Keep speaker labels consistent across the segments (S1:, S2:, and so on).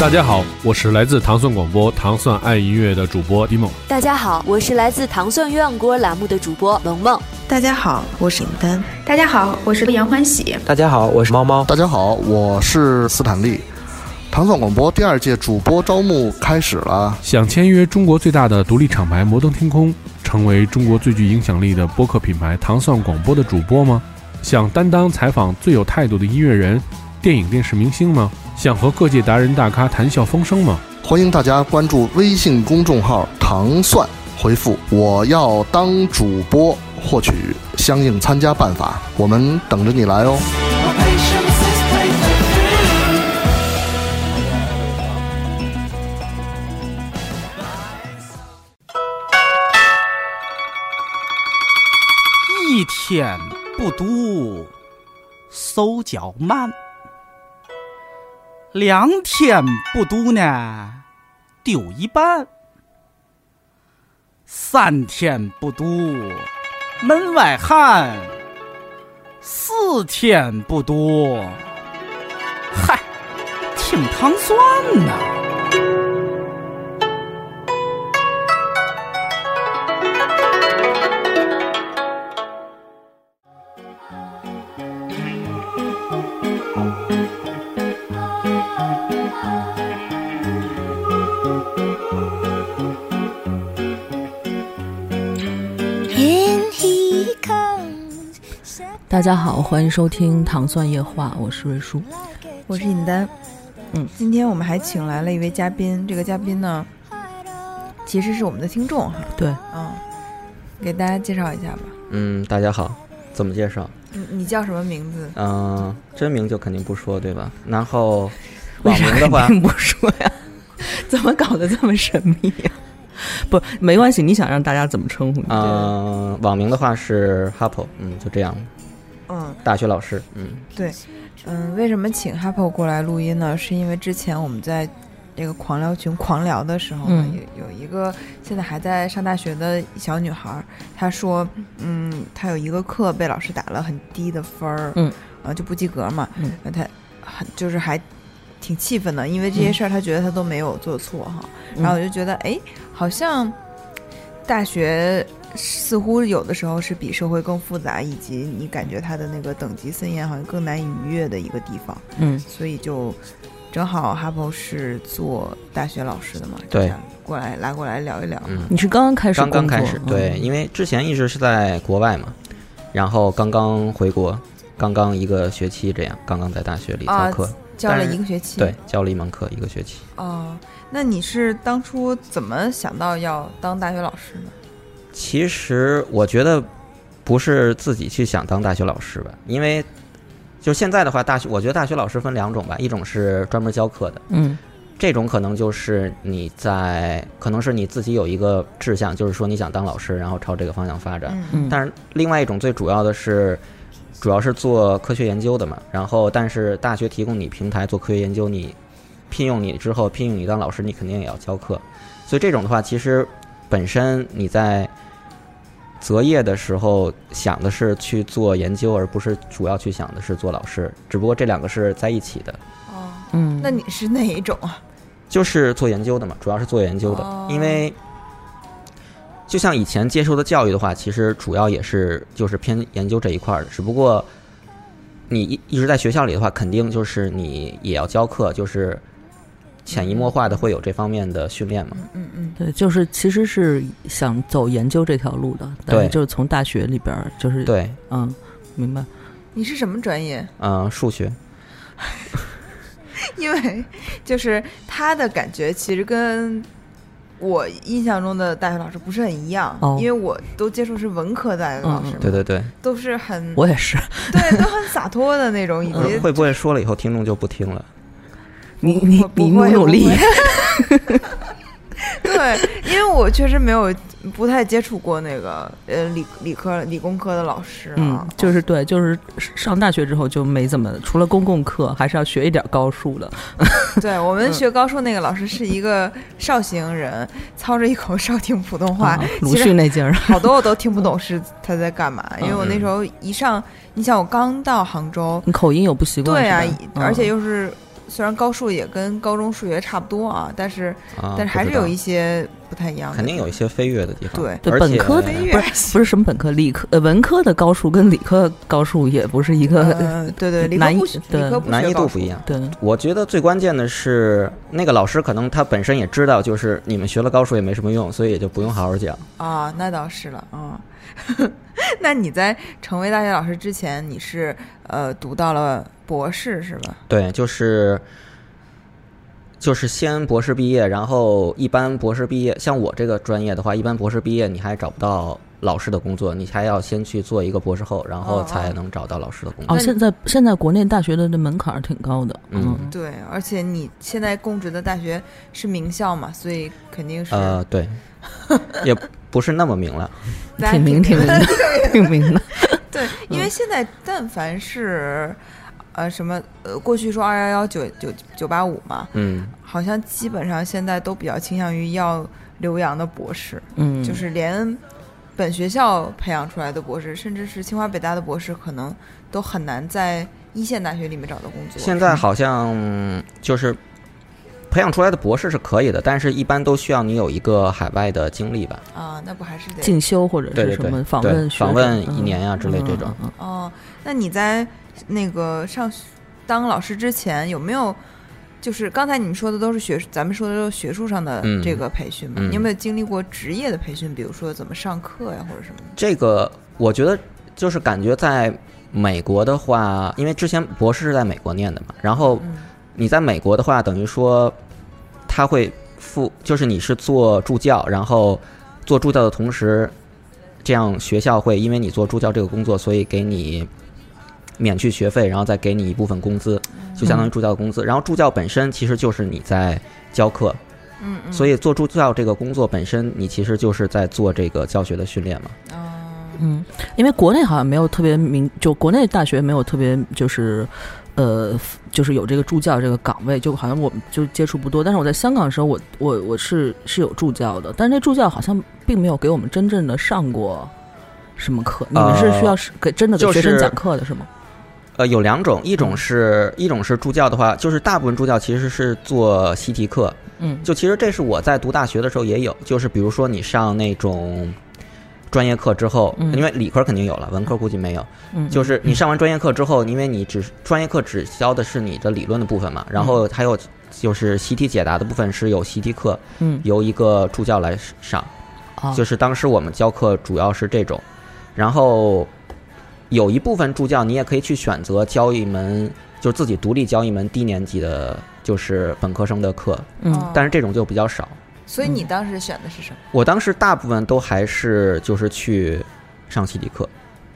S1: 大家好，我是来自糖蒜广播《糖蒜爱音乐》的主播 Dimo。
S2: 大家好，我是来自糖蒜鸳鸯锅栏目的主播萌萌。
S3: 大家好，我是尹丹。
S4: 大家好，我是杨欢喜。
S5: 大家好，我是猫猫。
S6: 大家好，我是斯坦利。糖蒜广播第二届主播招募开始了，
S1: 想签约中国最大的独立厂牌摩登天空，成为中国最具影响力的播客品牌糖蒜广播的主播吗？想担当采访最有态度的音乐人、电影电视明星吗？想和各界达人大咖谈笑风生吗？
S6: 欢迎大家关注微信公众号“糖蒜”，回复“我要当主播”获取相应参加办法。我们等着你来哦。
S7: 一天不读，手脚慢；两天不读呢，丢一半；三天不读，门外汉；四天不读，嗨，挺糖蒜呐。
S8: In he comes.
S9: 大家好，欢迎收听《糖蒜夜话》，我是瑞叔。
S3: 我是尹丹。嗯，今天我们还请来了一位嘉宾，这个嘉宾呢，其实是我们的听众哈。
S9: 对，
S3: 嗯，给大家介绍一下吧。
S5: 嗯，大家好，怎么介绍？
S3: 你你叫什么名字？
S5: 嗯、真名就肯定不说，对吧？然后
S9: 为
S5: 网名
S9: 啥
S5: 的 话
S9: 你，不说呀？怎么搞得这么神秘呀、 不，没关系，你想让大家怎么称呼你？
S5: 嗯、网名的话是 Hapo，嗯，就这样，
S3: 嗯
S5: 大学老师，嗯，
S3: 嗯，为什么请 Hapo 过来录音呢？是因为之前我们在这个狂聊群狂聊的时候呢，
S9: 嗯
S3: 有有一个现在还在上大学的小女孩儿，她说，嗯，她有一个课被老师打了很低的分儿，
S9: 嗯，
S3: 啊就不及格嘛，呃
S9: 嗯，
S3: 她很就是还挺气愤的，因为这些
S9: 嗯
S3: 事儿她觉得她都没有做错哈，
S9: 嗯
S3: 然后我就觉得，哎，好像大学。似乎有的时候是比社会更复杂，以及你感觉它的那个等级森严，好像更难以逾越的一个地方。
S9: 嗯，
S3: 所以就正好哈勃是做大学老师的嘛，
S5: 对
S3: 就想过来拉过来聊一聊。
S5: 嗯
S9: 你是刚刚开始
S5: 刚
S9: 工作，
S5: 刚开始，
S9: 嗯
S5: 对，，因为之前一直是在国外嘛，然后刚刚回国，刚刚一个学期这样，刚刚在大学里
S3: 啊
S5: 教课，
S3: 教了一个学期，
S5: 对，教了一门课，一个学期。
S3: 哦，那你是当初怎么想到要当大学老师呢？
S5: 其实我觉得不是自己去想当大学老师吧，因为就现在的话，大学我觉得大学老师分两种吧，一种是专门教课的，
S9: 嗯
S5: 这种可能就是你在可能是你自己有一个志向，就是说你想当老师，然后朝这个方向发展。
S3: 嗯
S9: 嗯，
S5: 但是啊另外一种最主要的是。主要是做科学研究的嘛，然后但是大学提供你平台做科学研究，你聘用你之后，聘用你当老师，你肯定也要教课，所以这种的话，其实本身你在择业的时候想的是去做研究，而不是主要去想的是做老师，只不过这两个是在一起的，
S3: 哦，
S9: 嗯，
S3: 那你是哪一种啊？
S5: 就是做研究的嘛，主要是做研究的，
S3: 哦
S5: 因为就像以前接受的教育的话，其实主要也是就是偏研究这一块儿的，只不过你一一直在学校里的话，肯定就是你也要教课，就是潜移默化的会有这方面的训练嘛。
S3: 嗯嗯嗯，
S9: 对，就是其实是想走研究这条路的，但
S5: 对
S9: 是就是从大学里边儿，就是，
S5: 对，
S9: 嗯，明白，
S3: 你是什么专业？
S5: 嗯、数学，
S3: 因为就是他的感觉其实跟。我印象中的大学老师不是很一样，
S9: 哦
S3: 因为我都接触是文科大学老师
S9: 嗯
S3: 嘛，
S9: 嗯
S5: 对对对，
S3: 都是很
S9: 我也是，
S3: 对都很洒脱的那种，以及
S5: 嗯会不会说了以后听众就不听了？
S9: 你你
S3: 我不
S9: 你努
S3: 会啊
S9: 努力
S3: 我，对，因为我确实没有不太接触过那个呃理理科理工科的老师啊，
S9: 嗯，就是对，就是上大学之后就没怎么，除了公共课，还是要学一点高数的，
S3: 对我
S9: 嗯
S3: 们学高数那个老师是一个绍兴人，操着一口绍兴普通话，
S9: 啊鲁
S3: 其
S9: 迅
S3: 实
S9: 那劲儿，
S3: 好多我都听不懂是他在干嘛，因为我那时候一上，你想我刚到杭州，
S9: 你口音有不习惯
S3: 对
S9: 是吧？
S3: 啊，
S9: 嗯
S3: 而且又是虽然高数也跟高中数学差不多啊，但是、
S5: 啊，
S3: 但是还
S5: 不
S3: 是
S5: 知道
S3: 有一些不太一样的，
S5: 肯 定有一些飞跃的地方。
S3: 对
S9: 对
S5: 而
S9: 本
S5: 且
S9: 科的
S3: 飞跃
S9: 不是不是什么本科，理科呃文科的高数跟理科的高数也不是一个、
S3: 呃，对对，理科
S9: 难
S3: 不
S9: 易
S3: 许
S9: 对
S3: 理科不
S5: 难
S3: 学
S5: 易
S3: 高
S5: 度
S3: 数
S5: 不一样。
S9: 对
S5: 我觉得最关键的是，那个老师可能他本身也知道，就是你们学了高数也没什么用，所以也就不用好好讲。
S3: 啊，那倒是了啊。 那你在成为大学老师之前，你是呃读到了博士是吧？
S5: 对，就是就是先博士毕业，然后一般博士毕业，像我这个专业的话，一般博士毕业你还找不到老师的工作，你还要先去做一个博士后，然后
S3: 哦
S5: 才
S3: 哦
S5: 能找到老师的工作。
S9: 哦，现在现在国内大学的那门槛儿挺高的，
S5: 嗯
S3: 对，而且你现在供职的大学是名校嘛，所以肯定是
S5: 呃，对，也不是那么明了。
S3: 咱
S9: 挺 明挺明的， 挺明的。
S3: 对，因
S5: 嗯
S3: 为现在但凡是呃什么呃，过去说二幺幺九九九八五嘛，
S5: 嗯，
S3: 好像基本上现在都比较倾向于要留洋的博士，
S9: 嗯，
S3: 就是连本学校培养出来的博士，甚至是清华北大的博士，可能都很难在一线大学里面找到工作。
S5: 现在好像就是培养出来的博士是可以的，但是一般都需要你有一个海外的经历吧，
S3: 啊，那不还是得
S9: 进修或者
S5: 对
S9: 是
S5: 对
S9: 什
S5: 对
S9: 么访
S5: 对
S9: 问学
S5: 访
S9: 者
S5: 问
S9: 嗯
S5: 一年啊呀之类这种
S9: 嗯嗯嗯
S3: 哦？那你在那个上学当老师之前有没有？就是刚才你们说的都是学，咱们说的都是学术上的
S5: 嗯
S3: 这个培训嘛？
S5: 嗯
S3: 你有没有经历过职业的培训？比如说怎么上课呀，或者什么的？
S5: 这个我觉得就是感觉在美国的话，因为之前博士是在美国念的嘛，然后
S3: 嗯
S5: 你在美国的话，等于说他会付，就是你是做助教，然后做助教的同时，这样学校会因为你做助教这个工作，所以给你免去学费，然后再给你一部分工资，就相当于助教的工资。然后助教本身其实就是你在教课，
S3: 嗯嗯。
S5: 所
S3: 以，
S5: 以做助教这个工作本身，你其实就是在做这个教学的训练嘛。
S3: 哦
S9: 嗯，因为国内好像没有特别明，就国内大学没有特别就是，呃，就是有这个助教这个岗位，就好像我们就接触不多。但是我在香港的时候我，我我是是有助教的，但是这助教好像并没有给我们真正的上过什么课。你们是需要是给真的给
S5: 呃就是
S9: 学生讲课的是吗？
S5: 呃，有两种，一种是一种是助教的话，就是大部分助教其实是做习题课，
S9: 嗯，
S5: 就其实这是我在读大学的时候也有，就是比如说你上那种专业课之后，
S9: 嗯
S5: 因为理科肯定有了，文科估计没有。
S9: 嗯
S5: 就是你上完专业课之后，因为你只专业课只教的是你的理论的部分
S9: 嗯
S5: 嘛，然后还有就是习题解答的部分是有习题课
S9: 嗯
S5: 由一个助教来上，
S9: 啊
S5: 就是当时我们教课主要是这种，然后有一部分助教你也可以去选择教一门，就是自己独立教一门低年级的，就是本科生的课，
S9: 嗯
S5: 但是这种就比较少。
S3: 所以你
S5: 嗯
S3: 当时选的是什么？
S5: 我当时大部分都还是就是去上习题课，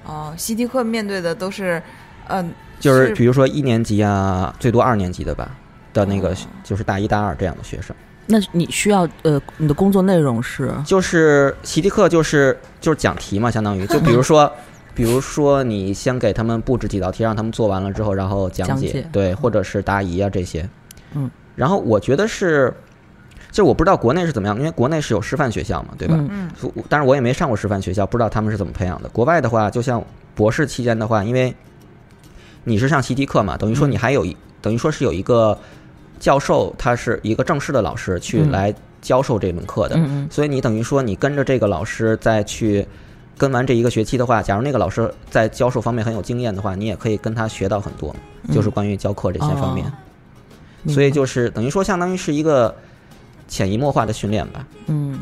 S3: 哦，习题课面对的都是，嗯、
S5: 就是
S3: 是
S5: 比如说一年级啊，最多二年级的吧的那个
S3: 哦，
S5: 就是大一大二这样的学生。
S9: 那你需要呃，你的工作内容是
S5: 就是习题课就是就是讲题嘛，相当于就比如说。比如说，你先给他们布置几道题，让他们做完了之后，然后讲解，
S9: 讲解
S5: 对，或者是答疑啊这些。
S9: 嗯。
S5: 然后我觉得是，就我不知道国内是怎么样，因为国内是有师范学校嘛，对吧？
S9: 嗯
S3: 嗯
S5: 所以当然我也没上过师范学校，不知道他们是怎么培养的。国外的话，就像博士期间的话，因为你是上习题课嘛，等于
S9: 嗯
S5: 说你还有一、等于说是有一个教授，他是一个正式的老师去
S9: 嗯
S5: 来教授这门课的，
S9: 嗯
S5: 所以你等于说你跟着这个老师再去。跟完这一个学期的话，假如那个老师在教授方面很有经验的话，你也可以跟他学到很多，
S9: 嗯，
S5: 就是关于教课这些方面。
S9: 哦嗯，
S5: 所以就是等于说，相当于是一个潜移默化的训练吧。
S9: 嗯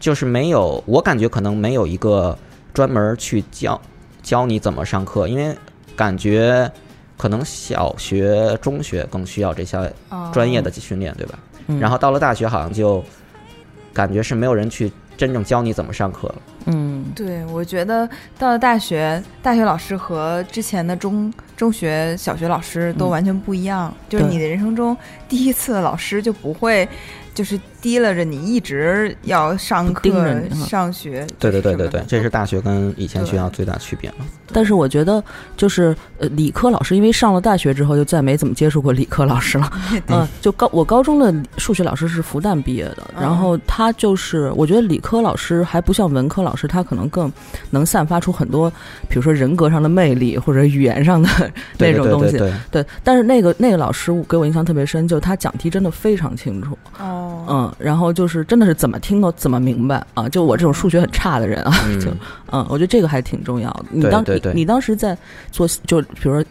S5: 就是没有，我感觉可能没有一个专门去教教你怎么上课，因为感觉可能小学、中学更需要这些
S3: 哦
S5: 专业的训练，对吧？
S9: 嗯，
S5: 然后到了大学，好像就感觉是没有人去真正教你怎么上课了。
S9: 嗯
S3: 对，我觉得到了大学，大学老师和之前的中中学、小学老师都
S9: 嗯
S3: 完全不一样。就是你的人生中第一次的老师就不会，就是提拉着你一直要上
S9: 不盯着
S3: 课
S9: 你、哈
S3: 上学。
S5: 嗯对
S3: 就
S5: 对
S3: 是
S5: 对
S3: 什么
S5: 对对，这是大学跟以前
S3: 对
S5: 学校最大区别嘛。
S9: 但是我觉得，就是呃，理科老师，因为上了大学之后，就再没怎么接触过理科 老师了。嗯、就高我高中的
S5: 嗯
S9: 数学老师是复旦毕业的，然后他就是，我觉得理科老师还不像文科老老师他可能更能散发出很多，比如说人格上的魅力或者语言上的 那
S5: 对
S9: 种
S5: 对
S9: 东
S5: 对
S9: 西
S5: 对。对，
S9: 对，但是那个那个老师给我印象特别深，就他讲题真的非常清楚，
S3: 哦，
S9: 嗯，然后就是真的是怎么听都怎么明白啊，就我这种数学很差的人啊，就
S5: 嗯，
S9: 嗯，我觉得这个还挺重要的。你
S5: 对
S9: 当
S5: 对
S9: 你
S5: 对
S9: 你当时在做，就比如说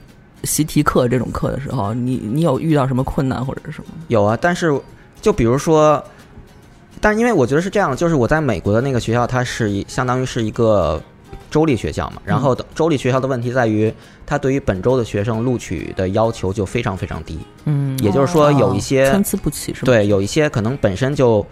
S9: 习题课这种课的时候，你你有遇到什么困难或者是什么？
S5: 有啊，但是就比如说，但因为我觉得是这样，就是我在美国的那个学校，它是一相当于是一个州立学校嘛，然后州立学校的问题在于，它对于本州的学生录取的要求就非常非常低，
S9: 嗯
S5: 也就是说有一些、
S9: 参差不齐是吧？，
S5: 对有一些可能本身就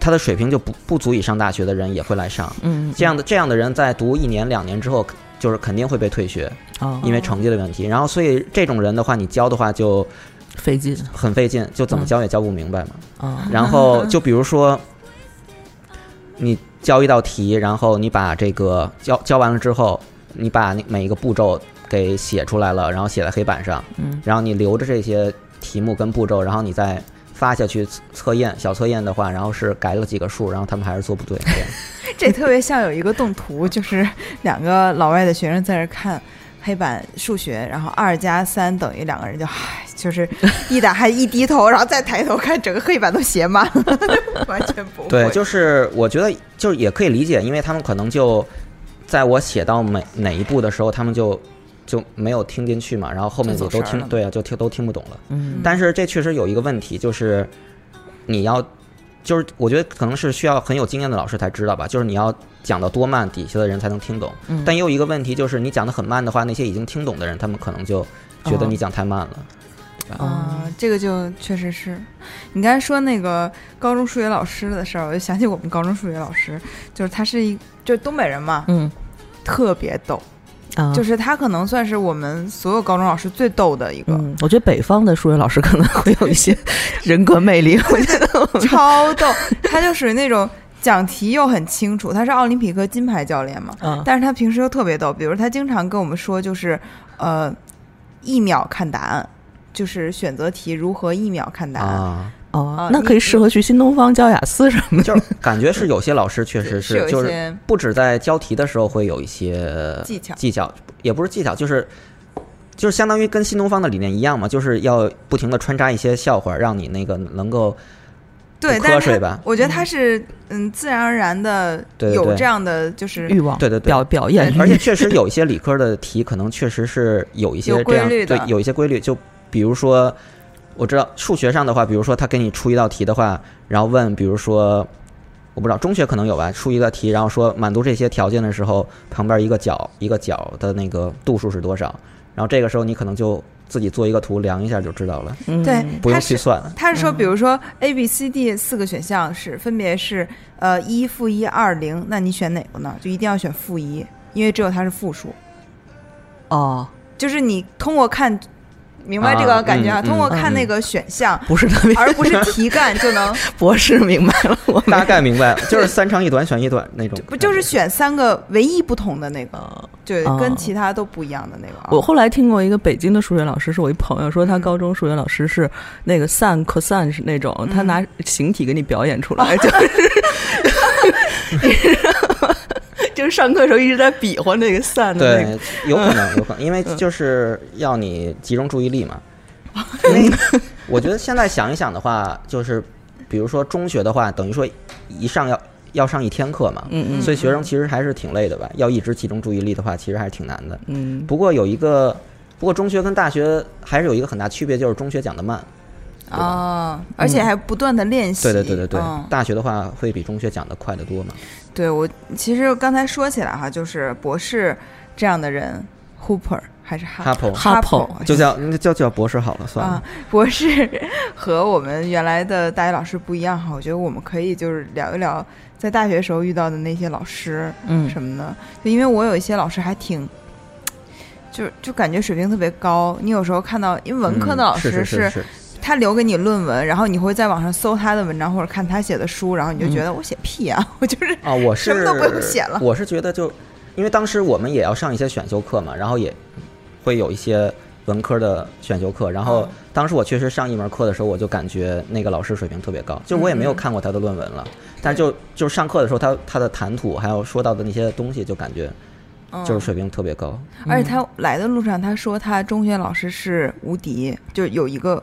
S5: 他的水平就不不足以上大学的人也会来上，
S9: 嗯，
S5: 这样的这样的人在读一年两年之后，就是肯定会被退学，
S9: 啊，
S5: 因为成绩的问题。然后所以这种人的话，你教的话就
S9: 费劲
S5: 很费劲，就怎么教也教不明白嘛。
S9: 啊，
S5: 然后就比如说，你教一道题，然后你把这个教教完了之后，你把那每一个步骤给写出来了，然后写在黑板上，
S9: 嗯
S5: 然后你留着这些题目跟步骤，然后你再发下去测测验小测验的话，然后是改了几个数，然后他们还是做不对。这样
S3: 这特别像有一个动图，就是两个老外的学生在那儿看黑板数学，然后二加三等于两个人就 唉，就是一打还一低头，然后再抬头看整个黑板都写满了， 完全不会。
S5: 对，就是我觉得就是也可以理解，因为他们可能就在我写到每哪一步的时候，他们就就没有听进去嘛，然后后面
S3: 就
S5: 也
S3: 走
S5: 都
S3: 神儿
S5: 听
S3: 了
S5: 对啊，就听都听不懂了。
S9: 嗯
S5: 但是这确实有一个问题，就是你要，就是我觉得可能是需要很有经验的老师才知道吧，就是你要讲的多慢，底下的人才能听懂。
S9: 嗯
S5: 但也有一个问题，就是你讲的很慢的话，那些已经听懂的人，他们可能就觉得
S9: 哦
S5: 你讲太 慢了。
S3: 啊
S9: 啊，，
S3: 这个就确实是，你刚才说那个高中数学老师的事儿，我就想起我们高中数学老师，就是他是一就是东北人嘛，
S9: 嗯
S3: 特别逗，
S9: 啊，
S3: 就是他可能算是我们所有高中老师最逗的一个，
S9: 嗯，我觉得北方的数学老师可 能会有一些人格魅力，我觉 得我们
S3: 超逗，他就属于那种讲题又很清楚，他是奥林匹克金牌教练嘛，
S5: 嗯
S9: 啊，
S3: 但是他平时又特别逗，比如他经常跟我们说，就是呃，一秒看答案，就是选择题如何一秒看答案，
S5: 啊，
S9: 哦
S3: 啊，
S9: 那
S3: 你
S9: 可以适合去新东方教雅思什么的，
S5: 就是感觉是有些老师确实
S3: 是有
S5: 是，呃
S3: 一
S5: 就是
S3: 些
S5: 不止在教题的时候会有一些
S3: 技巧。
S5: 技巧，也不是技巧，就是就是相当于跟新东方的理念一样嘛，就是要不停的穿插一些笑话，让你那个能够
S3: 对，
S5: 不
S3: 但
S5: 瞌
S3: 是
S5: 睡
S3: 他
S5: 吧
S3: 我觉得他是嗯，自然而然的
S5: 对对
S3: 有
S5: 对
S3: 这样的就是
S9: 欲望
S5: 对对对
S9: 表表演欲，
S5: 而且确实有一些理科的题，可能确实是有一
S3: 有
S5: 些这
S3: 规
S5: 样
S3: 律的
S5: 对，有一些规律。就比如说，我知道数学上的话，比如说他给你出一道题的话，然后问，比如说，我不知道中学可能有吧，出一道题，然后说满足这些条件的时候，旁边一个角一个角的那个度数是多少，然后这个时候你可能就自己做一个图量一下就知道了，
S9: 嗯
S3: 对，
S5: 不
S3: 他
S5: 用去
S3: 是
S5: 算。
S3: 他是说，比如说
S5: 嗯
S3: A、B、C、D 四个选项是分别是呃一负一二零，那你选哪个呢？就一定要选负一，因为只有它是负数。
S9: 哦，
S3: 就是你通过看明白这个
S5: 啊
S3: 感觉啊，
S5: 嗯
S3: 通过看
S5: 嗯
S3: 那个选项，
S9: 不是特 别，
S3: 而不是题干就能
S9: 博士明白了 我
S5: 大概明白，就是三长一短选一短那 种，
S3: 不就是选三个唯一不同的那个，
S9: 呃
S3: 对
S9: 啊，
S3: 跟其他都不一样的那个啊。
S9: 我
S5: 哦
S9: 后来听过一个北京的数学老师，是我一朋友说，他高中数学老师是那个 sin、cos 是那种，他拿形体给你表演出来， 就是就是上课的时候一直在比划那个 sin 的那个
S5: 对，有可能，有可能，因 为就是要你集中注意力嘛。因
S9: 嗯
S5: 为我觉得现在想一想的话，就是比如说中学的话，等于说一上要要上一天课嘛，
S9: 嗯嗯
S5: 所以学生其实还是挺累的吧。要一直集中注意力的话，其实还是挺难的。
S9: 嗯
S5: 不过有一个，不过中学跟大学还是有一个很大区别，就是中学讲的慢。对吧
S9: 哦
S3: 啊，而且还不断的练习。
S5: 哦对对对对对，
S3: 嗯
S5: 大学的话会比中学讲的快得多嘛。
S3: 对我其实刚才说起来哈，就是博士这样的人，Hooper 还是
S5: h a p p l
S9: Harpo
S3: 哈
S9: Harpo
S5: 就叫那就叫博士好了，算了
S3: 啊。，博士 和我们原来的大学老师不一样哈，我觉得我们可以就是聊一聊在大学时候遇到的那些老师
S9: 嗯
S3: 什么的，就因为我有一些老师还挺。就就感觉水平特别高，你有时候看到，因为文科的
S5: 嗯
S3: 老师
S5: 是是是，
S3: 他留给你论文，然后你会在网上搜他的文章或者看他写的书，然后你就
S9: 嗯
S3: 觉得我写屁啊， 我就是
S5: 啊，我是
S3: 什么都不用写了
S5: 我是觉得就，因为当时我们也要上一些选修课嘛，然后也会有一些文科的选修课，然后
S3: 嗯
S5: 当时我确实上一门课的时候，我就感觉那个老师水平特别高，就我也没
S3: 嗯
S5: 有看过他的论文了，但就就上课的时候他他的谈吐还有说到的那些东西，就感觉
S3: 嗯
S5: 就是水平特别高。
S3: 而且他
S5: 嗯
S3: 来的路上，他说他中学老师是无敌，就是有一个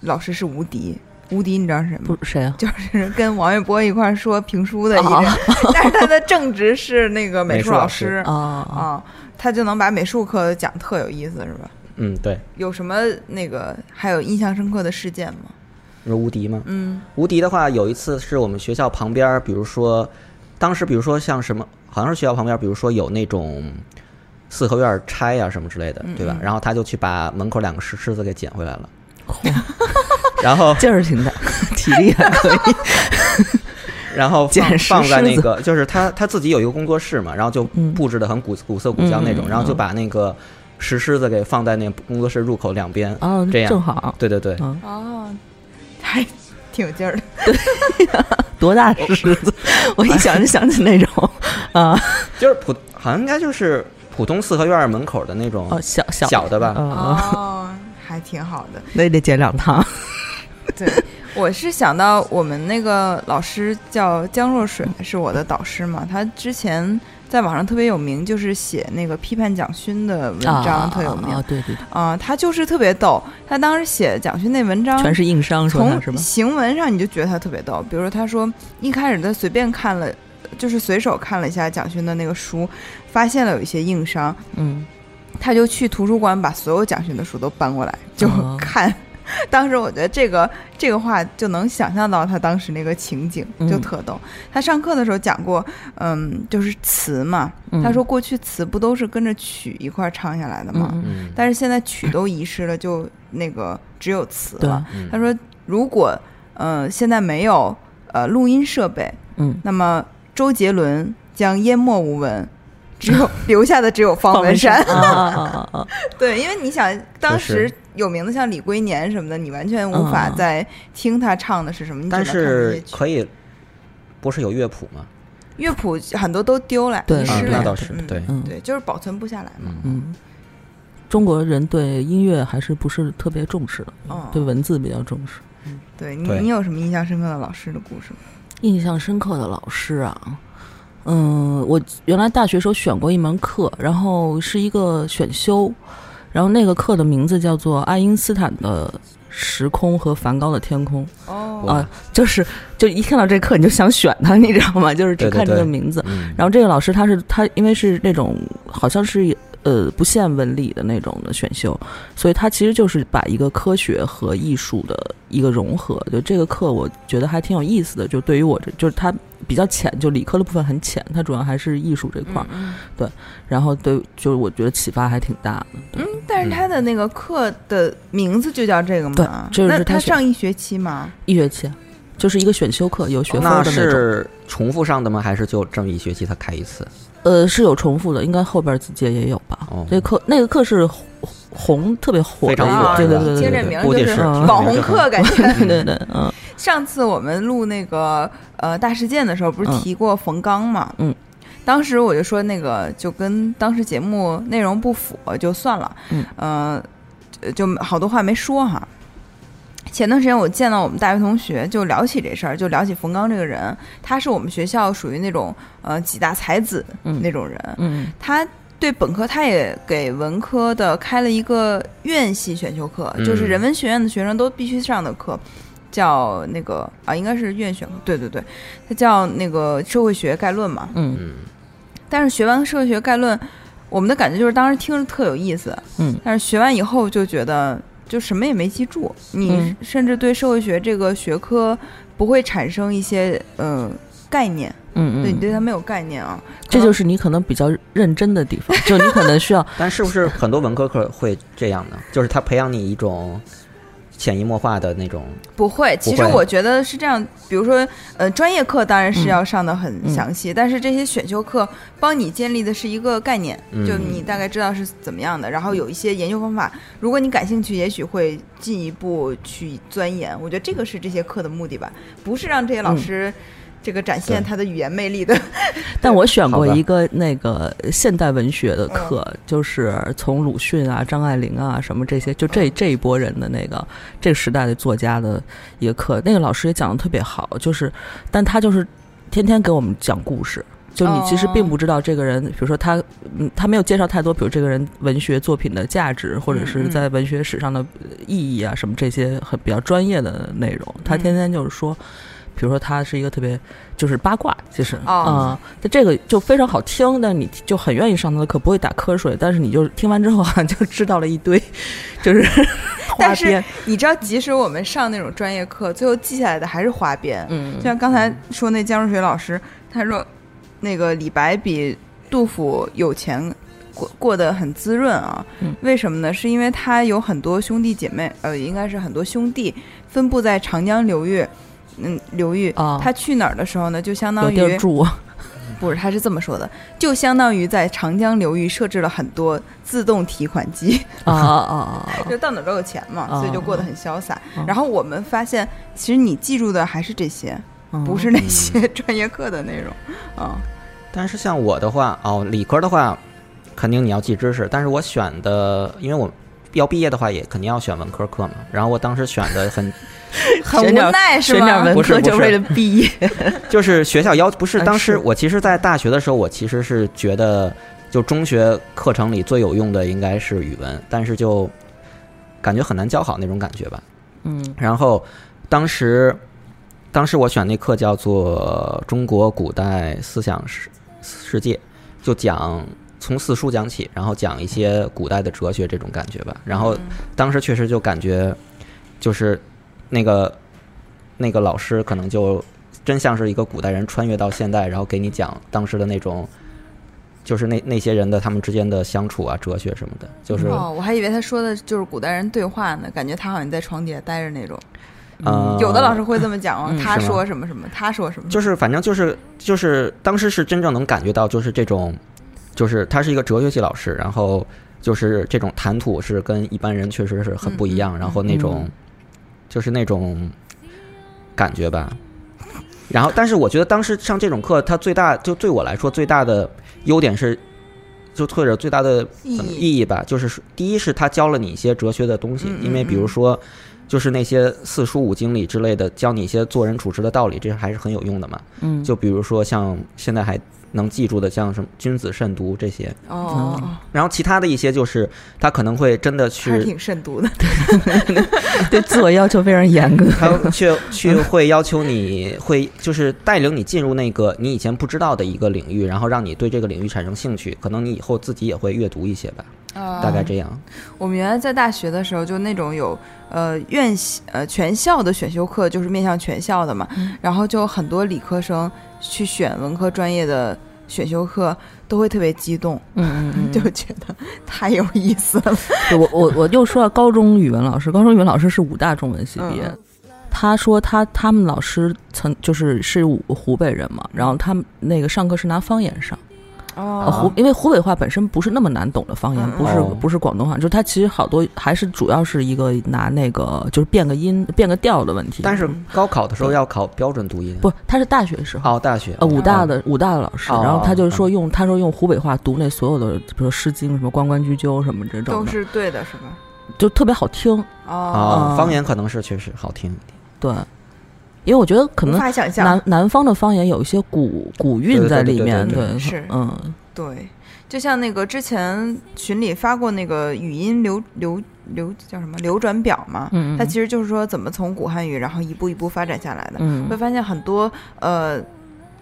S3: 老师是无敌，无敌你知道是什么
S9: 不
S3: 吗？
S9: 谁啊？
S3: 就是 跟王玥波一块儿说评书的一
S9: 哦
S3: 人，但是他的正职是那个美
S5: 美
S3: 术
S5: 术
S3: 老
S5: 老师哦
S3: 师
S9: 啊，
S3: 啊，他就能把美术课讲特有意思，是吧？
S5: 嗯，对，
S3: 有什么那个还有印象深刻的事件吗？
S5: 你说无敌吗？
S3: 嗯，
S5: 无敌的话，有一次是我们学校旁边儿，比如说，当时比如说像什么，好像是学校旁边儿，比如说有那种四合院儿拆啊什么之类
S9: 嗯
S5: 的，对吧？然后他就去把门口两个石狮子给捡回来了，然 后
S9: 劲儿挺大，体力还可以。
S5: 然后
S9: 捡
S5: 放
S9: 石
S5: 放在
S9: 狮
S5: 那
S9: 子
S5: 个，就是他他自己有一个工作室嘛，然后就
S9: 嗯
S5: 布置的很古古色古香那种，
S9: 嗯
S5: 然后就把那个石狮子给放在那工作室入口两边，
S9: 啊，
S5: 这样
S9: 正好，
S5: 对对对，
S9: 嗯，
S3: 哦，还挺有劲儿的。
S9: 多大狮子？我一想就想起那种啊，
S5: 就是普好像应该就是普通四合院儿门口的那种
S9: 哦，小小
S5: 小的吧，
S9: 啊，
S3: 哦，还挺好的。
S9: 那也得减两趟。
S3: 对，我是想到我们那个老师叫江若水，是我的导师嘛。他之前在网上特别有名，就是写那个批判蒋勋的文章
S5: 哦
S3: 特有名
S9: 啊，
S3: 啊、
S9: 对对对，
S3: 他就是特别逗，他当时写蒋勋那文章，
S9: 全是硬伤，说他是
S3: 从
S9: 吧？
S3: 行文上你就觉得他特别逗。比如说，他说一开始他随便看了，就是随手看了一下蒋勋的那个书，发现了有一些硬伤，
S9: 嗯，
S3: 他就去图书馆把所有蒋勋的书都搬过来就
S9: 哦
S3: 看。当时我觉得这个这个话就能想象到他当时那个情景，
S9: 嗯
S3: 就特逗。他上课的时候讲过，嗯，就是词嘛，
S9: 嗯
S3: 他说过去词不都是跟着曲一块儿唱下来的吗？
S9: 嗯
S5: 嗯，
S3: 但是现在曲都遗失了，就那个只有词
S9: 对
S3: 了。，
S5: 嗯
S3: 他说，如果呃现在没有呃录音设备，
S9: 嗯，
S3: 那么周杰伦将淹没无闻，只有 留下的只有方
S9: 方
S3: 文山。
S9: 啊啊啊啊！
S3: 对，因为你想当
S5: 确
S3: 时
S5: 实
S3: 有名的像李龟年什么的，你完全无法
S9: 嗯
S3: 再听他唱的是什么，你只
S5: 但
S3: 能看那些
S5: 是
S3: 曲
S5: 可以，不是有乐谱吗？
S3: 乐谱很多都丢了，
S9: 对
S3: 遗
S5: 啊
S3: 失，
S9: 对
S5: 那
S3: 了。
S5: 倒是
S3: 嗯
S5: 对，
S9: 嗯
S3: 对，就是保存不下来嘛。
S9: 嗯，中国人对音乐还是不是特别重视的，
S3: 哦
S9: 对文字比较重视。
S3: 对你，
S5: 对
S3: 你有什么印象深刻的老师的故事吗？
S9: 印象深刻的老师啊，嗯，我原来大学时候选过一门课，然后是一个选修，然后那个课的名字叫做《爱因斯坦的时空和梵高的天空》。
S3: 哦，
S9: 啊，就是就一看到这课你就想选它， 你知道吗？就是只
S5: 对对
S9: 看这个
S5: 对
S9: 名字。
S5: 嗯，
S9: 然后这个老师他是他因为是那种好像是呃不限文理的那种的选修，所以他其实就是把一个科学和艺术的一个融合。就这个课我觉得还挺有意思的，就对于我这就是他比较浅，就理科的部分很浅，它主要还是艺术这块儿。
S3: 嗯
S9: 然后对，就是我觉得启发还挺大的。
S3: 但是他的那个课的名字就叫这个吗？
S9: 对这就
S3: 那
S9: 是他
S3: 他
S9: 选
S3: 上一学期吗？
S9: 一学期啊就是一个选修课，有学分
S5: 那
S9: 的那种。
S5: 是重复上的吗？还是就这么一学期他开一次？
S9: 呃，是有重复的，应该后边几届也有吧。
S5: 哦
S9: 这课那个课是红红特别火
S5: 非
S9: 的一个，
S5: 常火
S9: 对
S5: 是
S9: 对
S5: 吧
S9: 对对
S3: 听
S9: 对
S3: 这
S9: 对
S3: 名儿
S5: 估计
S3: 就是
S5: 是
S3: 网红课，感觉。
S9: 对对对，嗯。
S3: 上次我们录那个呃大事件的时候，不是
S9: 嗯
S3: 提过冯刚嘛？
S9: 嗯。
S3: 当时我就说那个就跟当时节目内容不符，就算了。
S9: 嗯。
S3: 呃，就就好多话没说哈。前段时间我见到我们大学同学，就聊起这事儿，就聊起冯刚这个人，他是我们学校属于那种呃几大才子
S9: 嗯
S3: 那种人。
S9: 嗯
S3: 他对本科，他也给文科的开了一个院系选修课，
S5: 嗯
S3: 就是人文学院的学生都必须上的课，叫那个啊，应该是院选课，对对对，它叫那个社会学概论嘛。
S9: 嗯
S5: 嗯，
S3: 但是学完社会学概论，我们的感觉就是当时听着特有意思，
S9: 嗯，
S3: 但是学完以后就觉得就什么也没记住，你
S9: 嗯
S3: 甚至对社会学这个学科不会产生一些呃概念，
S9: 嗯
S3: 对你
S9: 嗯，
S3: 对它没有概念啊，
S9: 这就是你可能比较认真的地方，就你可能需要
S5: 但是 不是很多文科课会这样呢？就是他培养你一种潜移默化的那种，
S3: 不会，其实我觉得是这样，比如说，呃，专业课当然是要上的很详细，但是这些选修课帮你建立的是一个概念，
S5: 嗯
S3: 就你大概知道是怎么样的，然后有一些研究方法，如果你感兴趣，也许会进一步去钻研。我觉得这个是这些课的目的吧，不是让这些老师。这个展现
S5: 对
S3: 他的语言魅力的。
S9: 但我选过
S5: 好吧
S9: 一个那个现代文学
S3: 嗯
S9: 的课，就是从鲁迅啊、张爱玲啊什么这些，就这
S3: 嗯
S9: 这一波人的那个这个时代的作家的一个课，那个老师也讲的特别好，就是，但他就是天天给我们讲故事。就你其实
S3: 哦
S9: 并不知道这个人，比如说他，嗯，他没有介绍太多，比如这个人文学作品的价值，或者
S3: 嗯
S9: 是
S3: 嗯
S9: 在文学史上的呃意义啊，什么这些很比较专业的内容。他
S3: 嗯
S9: 天天就是说，比如说他是一个特别就是八卦，其实
S3: 哦
S9: 啊，那、这个就非常好听，但你就很愿意上他的课，不会打瞌睡，但是你就是听完之后啊，就知道了一堆， 就是花
S3: 但是
S9: 边，
S3: 你知道，即使我们上那种专业课，最后记下来的还是花边。
S9: 嗯
S3: 就，像刚才说那江若水老师，他说那个李白比杜甫有钱，过过得很滋润啊。
S9: 嗯
S3: 为什么呢？是因为他有很多兄弟姐妹，呃，应该是很多兄弟分布在长江流域，嗯，流域。
S9: 啊
S3: 他去哪儿的时候呢，就相
S9: 有
S3: 当于
S9: 地 儿住，哦
S3: 不是，他是这么说的，就相当于在长江流域设置了很多自动提款机，
S9: 啊啊啊啊！
S3: 就到哪儿都有钱嘛，
S9: 哦
S3: 所以就过得很潇洒。
S9: 哦
S3: 然后我们发现，其实你记住的还是这些，
S9: 嗯
S3: 不是那些专业课的内容啊。
S5: 但是像我的话，哦，理科的话，肯定你要记知识。但是我选的，因为我要毕业的话，也肯定要选文科课嘛。然后我当时选的很，
S3: 很
S9: 选
S3: 无
S9: 点儿
S3: 奈是
S9: 选点
S3: 吧？
S9: 文
S5: 不是
S9: 科
S5: 不
S9: 就是为了毕业，
S5: 就是学校要不是
S9: 嗯
S5: 当时
S9: 是
S5: 我其实，在大学的时候，我其实是觉得，就中学课程里最有用的应该是语文，但是就感觉很难教好那种感觉吧。
S9: 嗯
S5: 然后当时，当时我选那课叫做《中国古代思想世世界》，就讲从四书讲起，然后讲一些古代的哲学这种感觉吧。然后当时确实就感觉，就是那个那个老师可能就真像是一个古代人穿越到现代，然后给你讲当时的那种。就是那那些人的他们之间的相处啊，哲学什么的，就是、
S3: 哦，我还以为他说的就是古代人对话呢，感觉他好像在床底下待着那种。
S5: 呃，
S3: 有的老师会这么讲哦
S9: 嗯
S3: 他
S5: 是吗
S3: 说什么什么，他说什么什么，
S5: 就是反正就是就是当时是真正能感觉到，就是这种，就是他是一个哲学系老师，然后就是这种谈吐是跟一般人确实是很不一样，然后那种、
S9: 嗯
S5: 就是那种感觉吧。然后，但是我觉得当时上这种课，它最大就对我来说最大的优点是，就或者最大的
S3: 意
S5: 怎么
S3: 义
S5: 意义吧，就是说第一是他教了你一些哲学的东西
S3: 嗯，嗯
S5: 因为比如说，就是那些四书五经里之类的，教你一些做人处事的道理，这还是很有用的嘛。
S9: 嗯，
S5: 就比如说像现在还能记住的，像什么君子慎独这些，
S3: 哦，哦
S5: 然后其他的一些就是他可能会真的
S3: 还是
S5: 去，
S3: 挺慎独的。
S9: 嗯 对自我要求非常严格，
S5: 他去去会要求你会就是带领你进入那个你以前不知道的一个领域，然后让你对这个领域产生兴趣，可能你以后自己也会阅读一些吧， 大概这样。
S3: 嗯我们原来在大学的时候，就那种有呃院系呃全校的选修课，就是面向全校的嘛。
S5: 嗯
S3: 然后就很多理科生去选文科专业的选修课，都会特别激动，
S9: 嗯嗯 嗯，
S3: 就觉得太有意思了。
S9: 对我我我又说到高中语文老师，高中语文老师是武大中文系毕业。
S3: 嗯
S9: 他说他他们老师曾就是是湖湖北人嘛，然后他们那个上课是拿方言上，
S3: 哦
S9: 呃湖因为湖北话本身不是那么难懂的方言，
S3: 嗯
S9: 不是
S5: 哦
S9: 不是广东话，就是它其实好多还是主要是一个拿那个就是变个音变个调的问题。嗯
S5: 但是高考的时候要考标准读音，
S9: 不，他是大学时候。
S5: 哦，大学
S9: 呃，武大的武大的老师，
S5: 哦
S9: 然后他就说用他说用湖北话读那所有的，比如《诗经》什么《关关雎鸠》什么这种
S3: 都
S9: 的，
S3: 是对的，是吧？
S9: 就特别好听。
S3: 哦，
S5: 哦
S9: 啊，
S5: 方言可能是确实好听一点，
S9: 对，因为我觉得可
S3: 无
S9: 能
S3: 法想象
S9: 南。南方的方言有一些古古韵
S5: 对
S9: 在
S5: 对
S9: 里
S5: 对
S9: 面，
S5: 对对
S9: 对，
S3: 是
S9: 嗯，
S3: 对，就像那个之前群里发过那个语音流流流叫什么流转表嘛，
S9: 嗯嗯
S3: 它其实就是说怎么从古汉语然后一步一步发展下来的。会
S9: 嗯，
S3: 发现很多呃，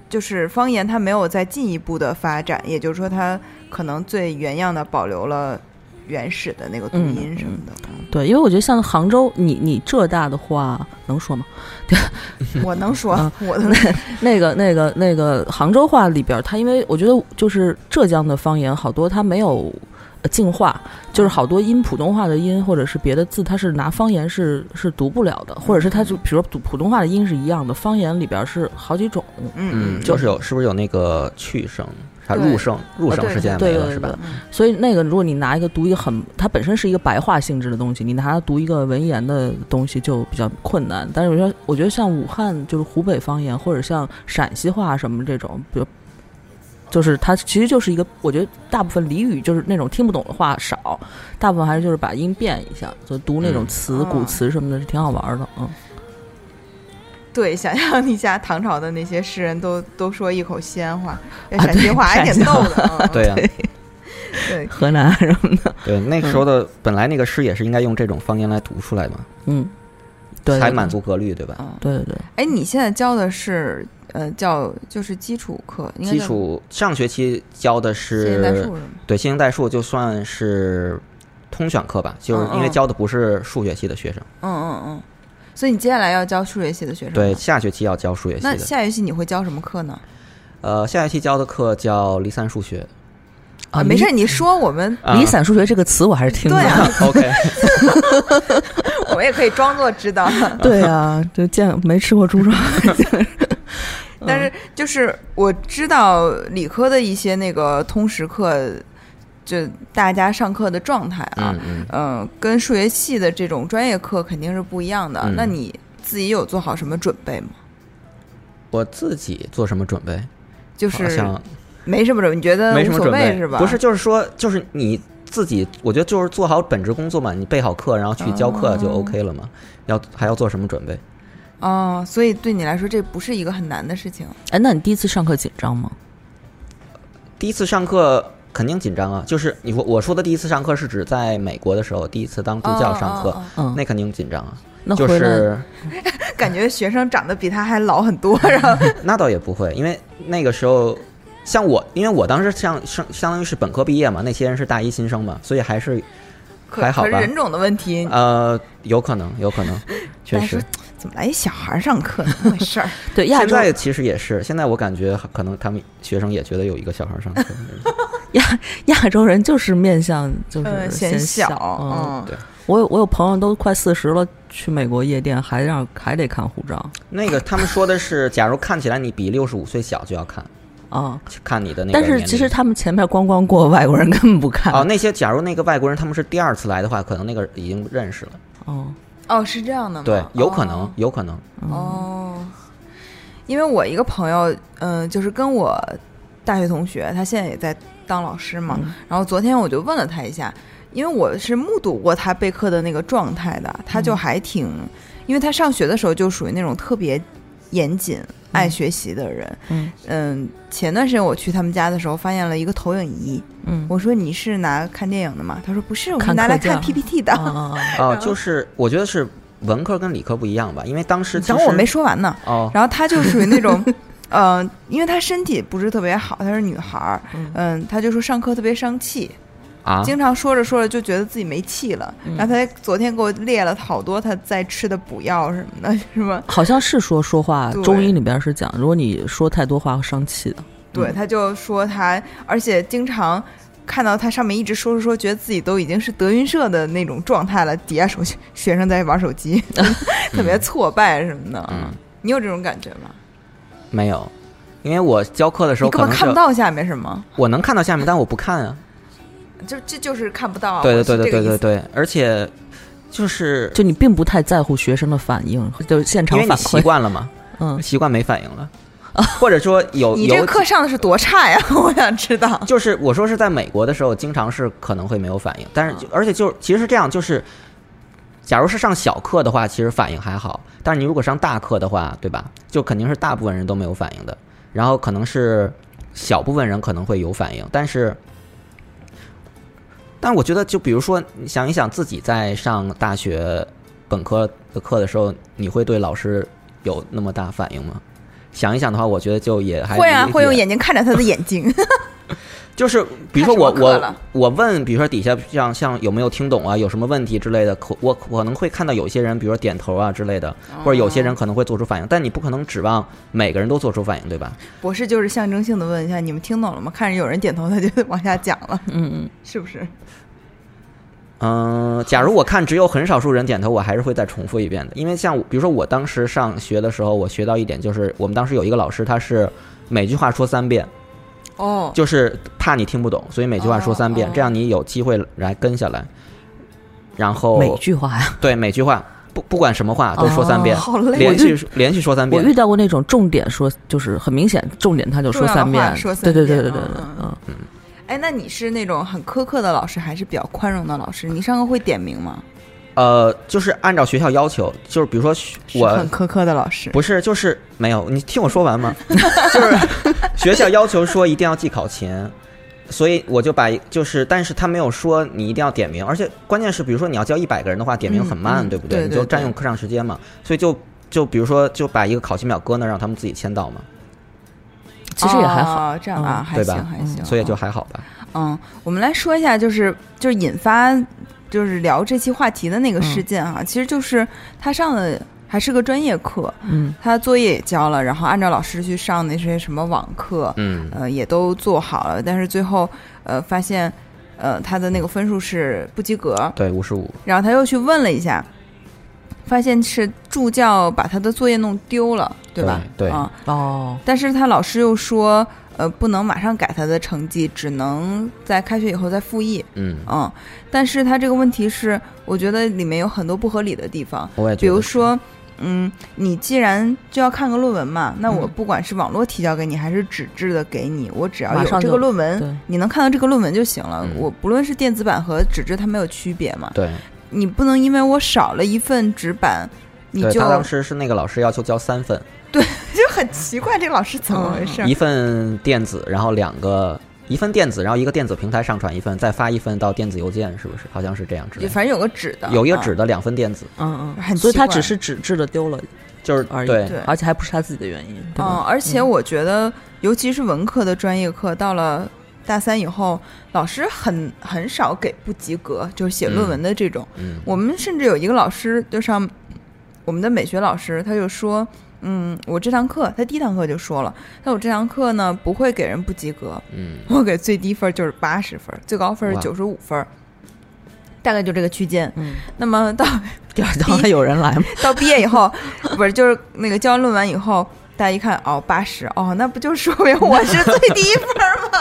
S3: 就是方言它没有再进一步的发展，也就是说它可能最原样的保留了原始的那个读
S9: 嗯
S3: 音什么的。
S9: 对，因为我觉得像杭州，你你浙大的话能说吗？
S3: 我能说，
S9: 啊
S3: 我能嗯
S9: 那个那个那个杭州话里边儿，它因为我觉得就是浙江的方言好多它没有。呃进化就是好多音，普通话的音或者是别的字，它是拿方言是是读不了的，或者是它就比如说普普通话的音是一样的，方言里边儿是好几种。
S3: 嗯
S5: 嗯，就是有是不是有那个去声？它入圣入圣事件没
S9: 对
S5: 了
S9: 对
S5: 是吧？
S3: 嗯
S9: 所以那个，如果你拿一个读一个很，它本身是一个白话性质的东西，你拿它读一个文言的东西就比较困难。但是我觉得，我觉得像武汉就是湖北方言，或者像陕西话什么这种，比如就是它其实就是一个，我觉得大部分俚语就是那种听不懂的话少，大部分还是就是把音变一下，就读那种
S5: 嗯
S9: 词、
S3: 哦
S9: 古词什么的，是挺好玩的。 嗯，
S3: 对，想象一下，唐朝的那些诗人都都说一口西安话，
S5: 啊
S3: 陕西话还挺
S9: 陕西
S3: 逗的。嗯
S5: 对呀、
S3: 对，
S9: 河南什么的，
S5: 对，那时候的本来那个诗也是应该用这种方言来读出来嘛，
S9: 嗯，对，
S5: 才
S9: 对
S5: 满。足格律，对吧？
S3: 嗯，
S9: 对对对，
S3: 哎，你现在教的是呃，叫就是基础课，应该
S5: 基
S3: 叫
S5: 础上学期教的
S3: 现代数
S5: 是
S3: 是吗？
S5: 对新型代数，就算是通选课吧，就是因为
S3: 嗯嗯
S5: 教的不是数学系的学生，
S3: 嗯嗯嗯。所以你接下来要教数学系的学生
S5: 对，
S3: 吗，
S5: 下学期要教数学系
S3: 嗯那
S5: 的。
S3: 下学期你会教什么课呢？
S5: 呃，下学期教的课叫离散数学。
S9: 啊
S3: 没事儿，你说我们
S5: 啊
S9: 离散数学这个词我还是听过
S3: 对
S9: 的。
S3: 啊
S5: OK，
S3: 我们也可以装作知 道，
S9: 对啊，就见没吃过猪肉，
S3: 但
S5: 嗯
S3: 是就是我知道理科的一些那个通识课，就大家上课的状态啊
S5: 嗯，嗯，
S3: 嗯、跟数学系的这种专业课肯定是不一样的。
S5: 嗯
S3: 那你自己有做好什么准备吗？
S5: 我自己做什么准备？
S3: 就
S5: 好
S3: 是
S5: 像
S3: 没什么准备，你觉得
S5: 没什
S3: 无
S5: 么
S3: 所
S5: 准备
S3: 谓是吧？
S5: 不是，，就是说，就是你自己，我觉得就是做好本职工作嘛，你备好课，然后去教课就
S3: 哦
S5: OK 了嘛。要还要做什么准备？
S3: 哦，所以对你来说这不是一个很难的 事情。
S9: 哎，那你第一次上课紧张吗？
S5: 第一次上课肯定紧张啊，就是你说我说的第一次上课是指在美国的时候，第一次当助教上课，
S3: 哦哦
S9: 嗯，
S5: 那肯定紧张啊。
S9: 那
S5: 就
S9: 回来、
S5: 是
S3: 哦哦感觉学生长得比他还老很多，然后
S5: 那倒也不会，因为那个时候。像我，因为我当时像相相当于是本科毕业嘛，那些人是大一新生嘛，所以还是
S3: 可
S5: 还好
S3: 可
S5: 吧
S3: 是人种的问题，
S5: 呃有可能，有 可能，确
S3: 但
S5: 实
S3: 是。怎么来一小孩上课呢？怎么回事儿？
S9: 对亚
S5: 现
S9: 洲
S5: 在其实也是，现在我感觉可能他们学生也觉得有一个小孩 上课，
S9: 亚洲人就是面相就是
S5: 呃
S3: 嗯，显
S9: 小。嗯，
S3: 嗯，
S9: 我有我有朋友都快四十了，去美国夜店还让还得看护照
S5: 那个他们说的是，假如看起来你比六十五岁小，就要看
S9: 啊。
S5: 看你的那个
S9: 但
S5: 年龄。
S9: 是其实他们前面光光过，外国人根本不看。
S5: 哦，那些假如那个外国人他们是第二次来的话，可能那个已经认识了。
S9: 哦，
S3: 哦，是这样的吗？
S5: 对，有可
S3: 哦
S5: 能，有可能。
S9: 嗯
S3: 哦，因为我一个朋友，嗯、就是跟我大学同学，他现在也在当老师嘛。
S9: 嗯
S3: 然后昨天我就问了他一下，因为我是目睹过他备课的那个状态的，他就
S9: 嗯
S3: 还挺，因为他上学的时候就属于那种特别严谨、爱学习的人。
S9: 嗯
S3: 嗯，前段时间我去他们家的时候，发现了一个投影仪。
S9: 嗯，
S3: 我说你是拿看电影的吗？他说不是，我是
S9: 看
S3: 拿来
S9: 课件
S3: 看 PPT 的。
S9: 啊
S5: 哦，就是我觉得是文科跟理科不一样吧，因为当时其
S3: 等
S5: 实
S3: 会儿我没说完呢。
S5: 哦，
S3: 然后她就属于那 种，嗯、因为她身体不是特别好，她是女孩儿，
S9: 嗯
S5: 呃
S3: 嗯，她就说上课特别伤气，
S5: 啊，嗯
S3: 经常说着说着就觉得自己没气了。然后她昨天给我列了好多她在吃的补药什么的， 是吗？
S9: 好像是说说话，
S3: 对
S9: 中医里边是讲，如果你说太多话会伤气的。
S5: 嗯
S3: 对，她就说她，而且经常。看到她上面一直说说说，觉得自己都已经是德云社的那种状态了，底下手学生在玩手机， 特别挫败什么的。
S5: 嗯，
S3: 你有这种感觉吗？
S5: 没有，因为我教课的时
S3: 你
S5: 候
S3: 根
S5: 可
S3: 本
S5: 能
S3: 看不
S5: 是
S3: 到下面是吗？
S5: 我能看到下面，但我不看啊。
S3: 就这就是看不到啊。
S5: 对
S3: 我
S5: 对
S3: 是
S5: 对
S3: 这个
S5: 对对
S3: 意
S5: 对
S3: 思
S5: 对，而且就是
S9: 就你并不太在乎学生的反应，就是现
S5: 因
S9: 场
S5: 为你
S9: 反
S5: 习
S9: 馈。
S5: 惯了嘛，
S9: 嗯，
S5: 习惯没反应了，或者说有
S3: 你这
S5: 哦有
S3: 个课上的是多差呀？ 我想知道。
S5: 就是我说是在美国的时候，经常是可能会没有反应，但是
S3: 嗯
S5: 就而且就是其实是这样，就是假如是上小课的话，其实反应还好，但是你如果上大课的话，对吧？就肯定是大部分人都没有反应的，然后可能是小部分人可能会有反应，但是。但我觉得，就比如说，你想一想自己在上大学本科的课的时候，你会对老师有那么大反应吗？想一想的话，我觉得就也还
S3: 会啊，
S5: 理
S3: 会用
S5: 解
S3: 眼睛看着他的眼 睛。
S5: 就是比如说我
S3: 看什么课
S5: 我
S3: 了
S5: 我问，比如说底下像像有没有听懂啊，有什么问题之类的，可我可能会看到有些人，比如说点头啊之类的，
S3: 哦
S9: 哦
S5: 或者有些人可能会做出反应，但你不可能指望每个人都做出反应，对吧？
S3: 博士就是象征性的问一下，你们听懂了吗？看着有人点头，他就往下讲了，
S9: 嗯
S3: 是不是？
S5: 嗯、假如我看只有很少数人点头，我还是会再重复一遍的，因为像我比如说我当时上学的时候，我学到一点就是，我们当时有一个老师，他是每句话说三遍，
S3: 哦，
S5: 就是怕你听不懂，所以每句话说三遍
S3: 哦，哦
S5: 这样你有机会来跟下来。然
S3: 哦
S5: 后
S9: 每句话呀，
S5: 对每句话不不管什么话都说三遍，
S3: 好累，
S5: 连续连续说三
S9: 我
S5: 遍
S9: 遇。到过那种重点说，就是很明显重点他就说三
S3: 重要的
S9: 遍，
S3: 话说三
S9: 对对
S3: 遍
S9: 对对对对，
S3: 嗯
S9: 嗯，
S3: 哎，那你是那种很苛刻的老师，还是比较宽容的老师？你上课会点名吗？
S5: 呃，就是按照学校要求，就是比如说学
S3: 是
S5: 我
S3: 很苛刻的老师，
S5: 不是就是没有，你听我说 完嘛，就是学校要求说一定要记考勤。所以我就把就是，但是他没有说你一定要点名，而且关键是，比如说你要教一百个人的话，点名很慢，
S3: 嗯嗯
S5: 对不
S3: 对
S5: 你
S3: 对
S5: 就占
S3: 对
S5: 用课上时间嘛，所以就就比如说就把一个考勤表搁那儿，让他们自己签到嘛，
S9: 其实也还好，
S3: 哦，这样啊，
S9: 嗯
S3: 还
S5: 对吧
S3: 行还行，
S5: 所以就还好吧。
S3: 嗯，我们来说一下，就是就是引发就是聊这期话题的那个
S5: 嗯
S3: 事件啊，其实就是他上的还是个专业课，
S9: 嗯
S3: 他作业也交了，然后按照老师去上那些什么网课，
S5: 嗯，
S3: 呃，也都做好了，但是最后呃发现呃他的那个分数是不及格，
S5: 对，五十五，
S3: 然后他又去问了一下，发现是助教把他的作业弄丢了，对吧？
S5: 对对
S3: 啊、
S9: 哦，
S3: 但是他老师又说，呃，不能马上改他的成绩，只能在开学以后再复议。
S5: 嗯，
S3: 嗯，但是他这个问题是，我觉得里面有很多不合理的地方，
S5: 我也觉得
S3: 比如
S5: 是
S3: 说。嗯，你既然就要看个论文嘛，那我
S9: 嗯
S3: 不管是网络提交给你还是纸质的给你，我只要
S9: 马
S3: 有
S9: 上
S3: 这
S9: 就
S3: 个论
S9: 对
S3: 文，你能看到这个论文就行了。
S5: 嗯
S3: 我不论是电子版和纸质，它没有区别嘛。
S5: 对，
S3: 你不能因为我少了一份纸板，你
S5: 对
S3: 就
S5: 他当时是那个老师要求交三份，
S3: 就 很奇怪，这个老师怎么回事？
S5: 嗯一份电子，然后两个一份电子，然后一个电子平台上传一份，再发一份到电子邮件，是不是？好像是这样之类
S3: 就
S5: 的。
S3: 反正有个纸的，
S5: 有一个
S3: 啊
S5: 纸的两份电子，
S9: 嗯嗯，
S3: 很
S9: 所以
S3: 奇
S9: 他
S3: 怪
S9: 只是纸质的丢了
S5: 就是
S9: 而已，
S5: 对，
S3: 对
S9: 而且还不是他自己的原因，
S3: 嗯，
S9: 对吧？
S3: 而且 我觉得，尤其是文科的专业课，到了大三以后，老师很很少给不及格，就是写论文的这种。
S5: 嗯，
S3: 我们甚至有一个老师，就上我们的美学老师，他就说。嗯，我这堂课，他第一堂课就说了，那我这堂课呢不会给人不及格，
S5: 嗯，
S3: 我给最低分就是八十分，最高分是
S5: 哇
S3: 九十五分，大概就这个区间。
S9: 嗯，
S3: 那么到
S9: 第二堂还有人来吗？
S3: 到毕业以后，不是就是那个交完论文以后，大家一看哦八十哦，那不就说明我是最低分吗？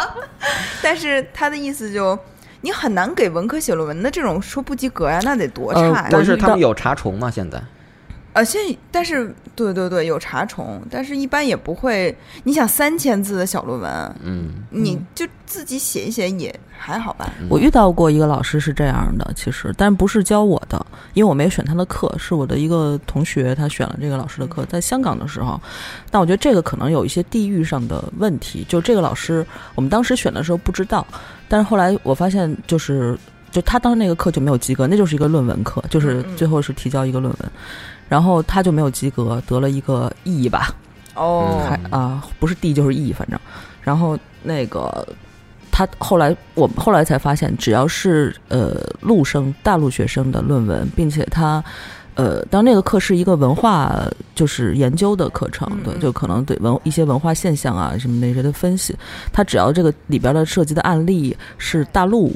S3: 但是他的意思就你很难给文科写论文的这种说不及格呀、那得多差
S9: 呃
S3: 呀、
S5: 但是他
S9: 我
S5: 们
S9: 遇
S5: 有查重嘛？现在
S3: 而且，呃但是，对对对，有查重，但是一般也不会。你想三千字的小论文，
S5: 嗯，
S3: 你就自己写一写也还好吧？
S9: 我遇到过一个老师是这样的，其实，但不是教我的，因为我没有选他的课，是我的一个同学，他选了这个老师的课，在香港的时候。但我觉得这个可能有一些地域上的问题，就这个老师，我们当时选的时候不知道，但是后来我发现就是。就他当时那个课就没有及格，那就是一个论文课，就是
S3: 嗯嗯
S9: 最后是提交一个论文，然后他就没有及格，得了一个 E 吧，
S3: 哦，
S9: 还啊、不是 D 就是 E，反正，然后那个他后来我们后来才发现，只要是呃陆生大陆学生的论文，并且他。呃，当然那个课是一个文化，就是研究的课程，
S3: 嗯
S9: 对，
S3: 嗯
S9: 就可能对文一些文化现象啊什么那些的分析。他只要这个里边的涉及的案例是大陆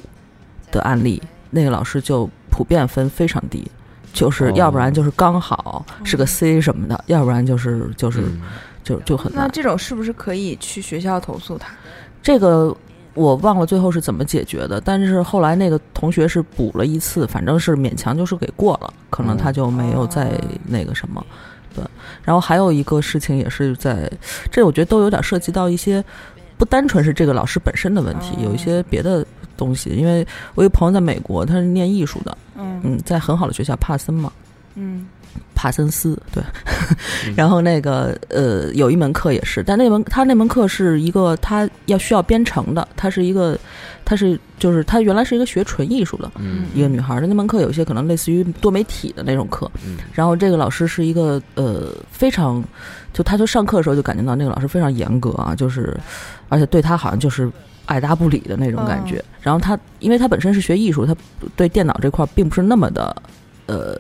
S9: 的案例，那个老师就普遍分非常低，就是
S3: 哦
S9: 要不然就是刚好
S3: 嗯
S9: 是个 C 什么的，要不然就是就是
S5: 嗯
S9: 就就很
S3: 那
S9: 难。
S3: 这种是不是可以去学校投诉他？
S9: 这个我忘了最后是怎么解决的，但是后来那个同学是补了一次，反正是勉强就是给过了，可能他就没
S3: 哦
S9: 有再那个什么。对，然后还有一个事情也是在，这我觉得都有点涉及到一些。不单纯是这个老师本身的问题，
S3: 哦
S9: 有一些别的东西。因为我有朋友在美国，他是念艺术的，
S3: 嗯
S9: 嗯，在很好的学校帕森嘛，
S3: 嗯
S9: 帕森斯，对。 然后那个呃，有一门课也是，但那门他那门课是一个他要需要编程的，他是一个他是就是他原来是一个学纯艺术的
S5: 嗯
S9: 一个女孩儿，那门课有一些可能类似于多媒体的那种课，
S5: 嗯
S9: 然后这个老师是一个呃非常，就他就上课的时候就感觉到那个老师非常严格啊，就是而且对他好像就是爱答不理的那种感觉。然后他因为他本身是学艺术，他对电脑这块并不是那么的呃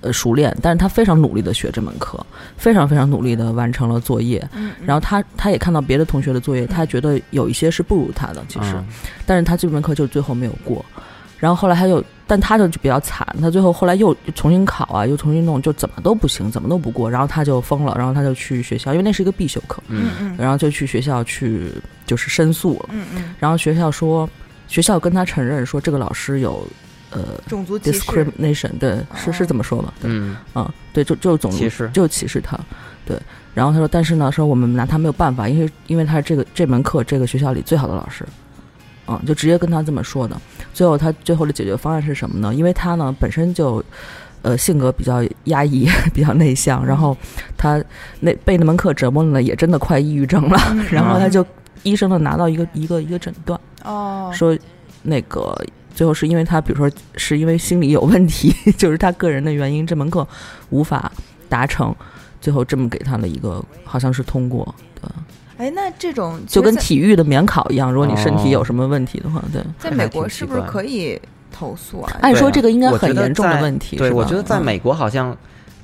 S9: 呃熟练，但是他非常努力的学这门课，非常非常努力的完成了作业。
S3: 嗯，
S9: 然后他他也看到别的同学的作业，他觉得有一些是不如他的，其实，
S5: 啊
S9: 但是他这门课就最后没有过。然后后来他就，但他就比较惨，他最后后来又重新考啊，又重新弄，就怎么都不行，怎么都不过，然后他就疯了，然后他就去学校，因为那是一个必修课，
S3: 嗯
S5: 嗯
S3: 嗯
S9: 然后就去学校去就是申诉了，
S3: 嗯嗯，
S9: 然后学校说，学校跟他承认说这个老师有呃
S3: 种族歧视，
S9: discrimination，对，是是这么说吧？对，
S5: 嗯，
S9: 啊，对，就就总
S5: 歧视
S9: 就歧视他，对。然后他说，但是呢，说我们拿他没有办法，因为因为他是这个这门课这个学校里最好的老师，嗯，就直接跟他这么说的。最后他最后的解决方案是什么呢？因为他呢本身就。呃，性格比较压抑， 比较内向，然后他那被那门课折磨了呢，也真的快抑郁症了。
S3: 嗯
S9: 然后他就医生呢拿到一个一个一个诊断，
S3: 哦，
S9: 说那个最后是因为他，比如说是因为心理有问题， 就是他个人的原因，这门课无法达成，最后这么给他了一个好像是通过，对，
S3: 哎，那这种
S9: 就跟
S3: 其实
S9: 体育的免考一样，如果你身体
S5: 哦
S9: 有什么问题的话，对。
S3: 在在
S5: 还
S3: 美
S5: 挺
S3: 国
S5: 奇
S3: 是不是
S5: 怪
S3: 可以投诉啊？
S9: 按
S5: 对
S9: 说
S5: 啊
S9: 这个应该
S5: 我
S9: 很
S5: 觉得
S9: 严重的
S5: 在
S9: 问题，
S5: 对，
S9: 是
S5: 我
S9: 吧
S5: 觉得在
S9: 嗯
S5: 美国好像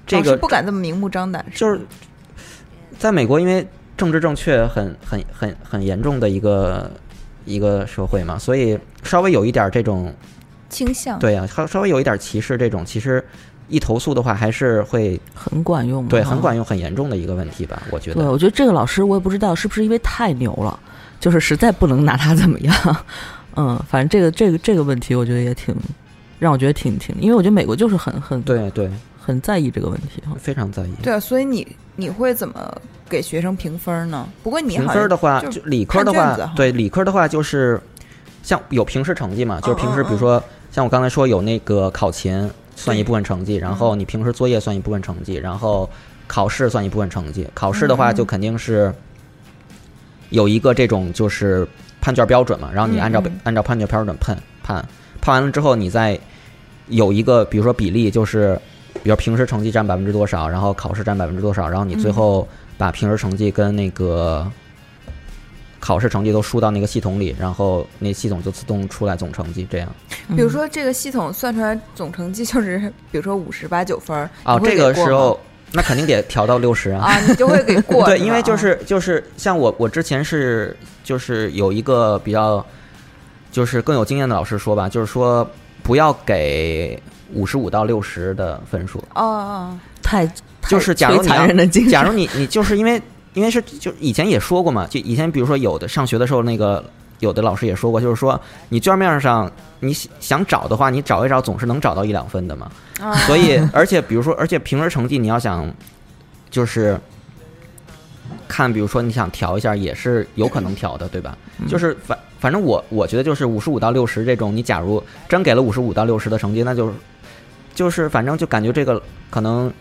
S5: 这
S3: 老
S5: 个
S3: 师不敢这么明目张胆，
S5: 就是在美国，因为政治正确很很很很严重的一个一个社会嘛，所以稍微有一点这种
S3: 倾向，
S5: 对呀、稍稍微有一点歧视这种，其实一投诉的话还是会
S9: 很管用，
S5: 对很管
S9: 用。
S5: 用、很严重的一个问题吧，我觉
S9: 对，
S5: 得。
S9: 我觉得这个老师我也不知道是不是因为太牛了，就是实在不能拿他怎么样。嗯，反正这个这个这个问题，我觉得也挺让我觉得挺挺，因为我觉得美国就是很很
S5: 对对，
S9: 很在意这个问题哈。
S5: 非常在意。
S3: 对啊，所以你你会怎么给学生评分呢？不过你
S5: 评
S3: 好
S5: 分
S3: 像
S5: 的话，
S3: 就
S5: 就理科的
S3: 看
S5: 话
S3: 卷子哈，
S5: 对理科的话就是像有平时成绩嘛，就是平时
S3: 嗯嗯
S5: 比如说像我刚才说有那个考勤算一部分成绩，然后
S3: 嗯
S5: 你平时作业算一部分成绩，然后考试算一部分成绩。考试的话
S3: 嗯
S5: 就肯定是有一个这种就是判卷标准嘛，然后你按照
S3: 嗯嗯
S5: 按照判卷标准判判判完了之后，你再有一个比如说比例就是。比如平时成绩占百分之多少，然后考试占百分之多少，然后你最
S3: 嗯
S5: 后把平时成绩跟那个考试成绩都输到那个系统里，然后那系统就自动出来总成绩这样。
S3: 比如
S9: 嗯
S3: 说这个系统算出来总成绩就是， 比如说五十八九分儿
S5: 哦，
S3: 你会
S5: 这个
S3: 给过
S5: 时
S3: 吗
S5: 候那肯定得调到六十啊。
S3: 啊，你就会给过
S5: 对，
S3: 吧
S5: 因为就
S3: 啊
S5: 是就是像我我之前是就是有一个比较就是更有经验的老师说吧，就是说不要给五十五到六十的分数，
S3: 哦哦，
S9: 嗯太
S5: 就是假如你要
S9: 残忍的 精神，
S5: 假如你你就是因为因为是就以前也说过嘛，就以前比如说有的上学的时候，那个有的老师也说过，就是说你卷面上你想想找的话，你找一找总是能找到一两分的嘛。
S3: 哦
S5: 所以而且比如说而且平时成绩你要想就是看，比如说你想调一下也是有可能调的，对吧？
S3: 嗯
S5: 就是反反正我我觉得就是五十五到六十这种，你假如真给了五十五到六十的成绩，那就是就是反正就感觉这个可能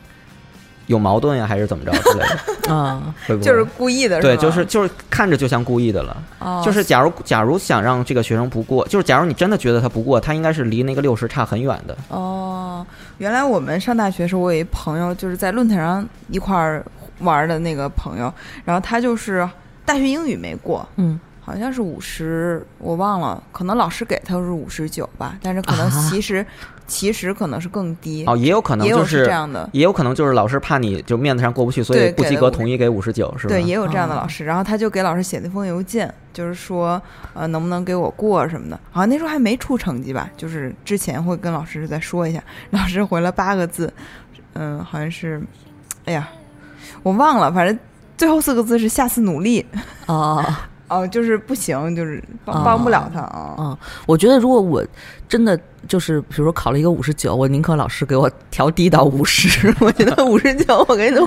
S5: 有矛盾呀，还是怎么着之类 的，
S9: 啊，
S5: 会不会？
S3: 就是故意的，
S5: 对，
S3: 吧
S5: 就是就是看着就像故意的了。
S3: 哦
S5: 就是假如假如想让这个学生不过，就是假如你真的觉得他不过，他应该是离那个六十差很远的。
S3: 哦，原来我们上大学时候，我有一朋友就是在论坛上一块儿玩的那个朋友，然后他就是大学英语没过，
S9: 嗯，
S3: 好像是五十，我忘了，可能老师给他是五十九吧，但是可能
S9: 啊
S3: 其实、其实可能是更低，
S5: 哦，也有可能
S3: 也有
S5: 就是是
S3: 这样的。
S5: 也有可能就是老师怕你就面子上过不去，所
S3: 对
S5: 以不
S3: 给
S5: 及
S3: 了
S5: 格
S3: 50
S5: 统一给五十九，是吧？
S3: 对，也有这样的
S9: 哦
S3: 老师，然后他就给老师写了一封邮件，就是说，呃，能不能给我过什么的。好像那时候还没出成绩吧，就是之前会跟老师再说一下。老师回了八个字，嗯，好像是，哎呀，我忘了，反正最后四个字是下次努力。
S9: 哦，
S3: 哦，就是不行，就是帮
S9: 哦
S3: 帮不了他啊。
S9: 嗯，我觉得如果我真的就是，比如说考了一个五十九，我宁可老师给我调低到五十， 我觉得五十九我给你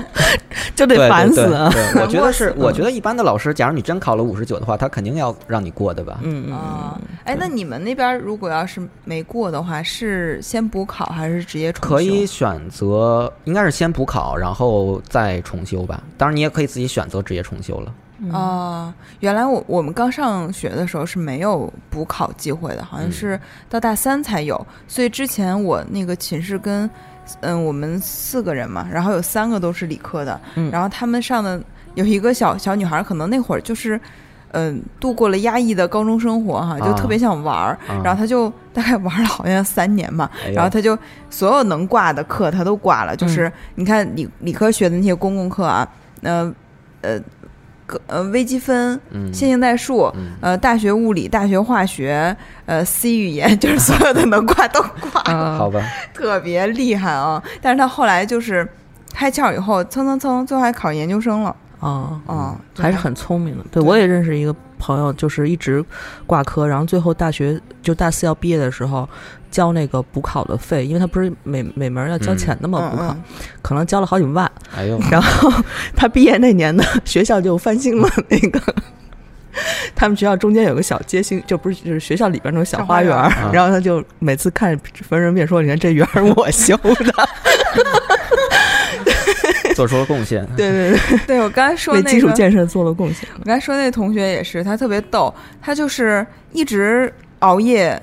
S9: 就
S5: 对
S9: 得烦死
S5: 对
S9: 啊。
S5: 对 对我觉得是，
S9: 嗯
S5: 我觉得一般的老师，假如你真考了五十九的话，他肯定要让你过的吧？
S9: 嗯
S3: 啊
S9: 嗯，，
S3: 哎，那你们那边如果要是没过的话，是先补考还是直接重修？啊
S5: 可以选择，应该是先补考，然后再重修吧。当然，你也可以自己选择直接重修了。
S9: 嗯
S3: 啊、原来我我们刚上学的时候是没有补考机会的，好像
S5: 嗯
S3: 是到大三才有。所以之前我那个寝室跟嗯我们四个人嘛，然后有三个都是理科的，
S9: 嗯
S3: 然后他们上的有一个小小女孩，可能那会儿就是。嗯，度过了压抑的高中生活哈，就
S5: 啊
S3: 特别想玩儿，
S5: 啊
S3: 然后她就大概玩了好像三年吧，
S5: 哎呦
S3: 然后他就所有能挂的课
S9: 嗯
S3: 他都挂了，就是你看理理科学的那些公共课啊，呃呃，个呃微积分、
S5: 嗯，
S3: 线性代数，
S5: 嗯，
S3: 呃，大学物理、大学化学，呃，C 语言， 就是所有的能挂都挂，
S9: 啊
S5: 好吧，
S3: 特别厉害啊！但是他后来就是开窍以后，蹭蹭蹭，最后还考研究生了，
S9: 啊，
S3: 啊，
S9: 还是很聪明的。对
S3: 对
S9: 我也认识一个朋友，就是一直挂科，然后最后大学就大四要毕业的时候交那个补考的费，因为他不是每每门要交钱的嘛，
S3: 嗯
S9: 补考
S3: 嗯
S9: 可能交了好几万。
S5: 哎 呦，
S9: 然后他毕业那年呢，学校就翻新了那个。他们学校中间有个小街心，就不是就是学校里边那种小
S3: 小
S9: 花
S3: 花
S9: 园
S3: 园
S9: 儿，
S5: 啊
S9: 然后他就每次看分人便说：“你看这园儿我修的。
S5: 做出了贡献，
S9: 对对对，
S3: 对我刚才说
S9: 为
S3: 那
S9: 基础
S3: 个
S9: 建设做了贡献。
S3: 我刚才说那同学也是，他特别逗，他就是一直熬夜。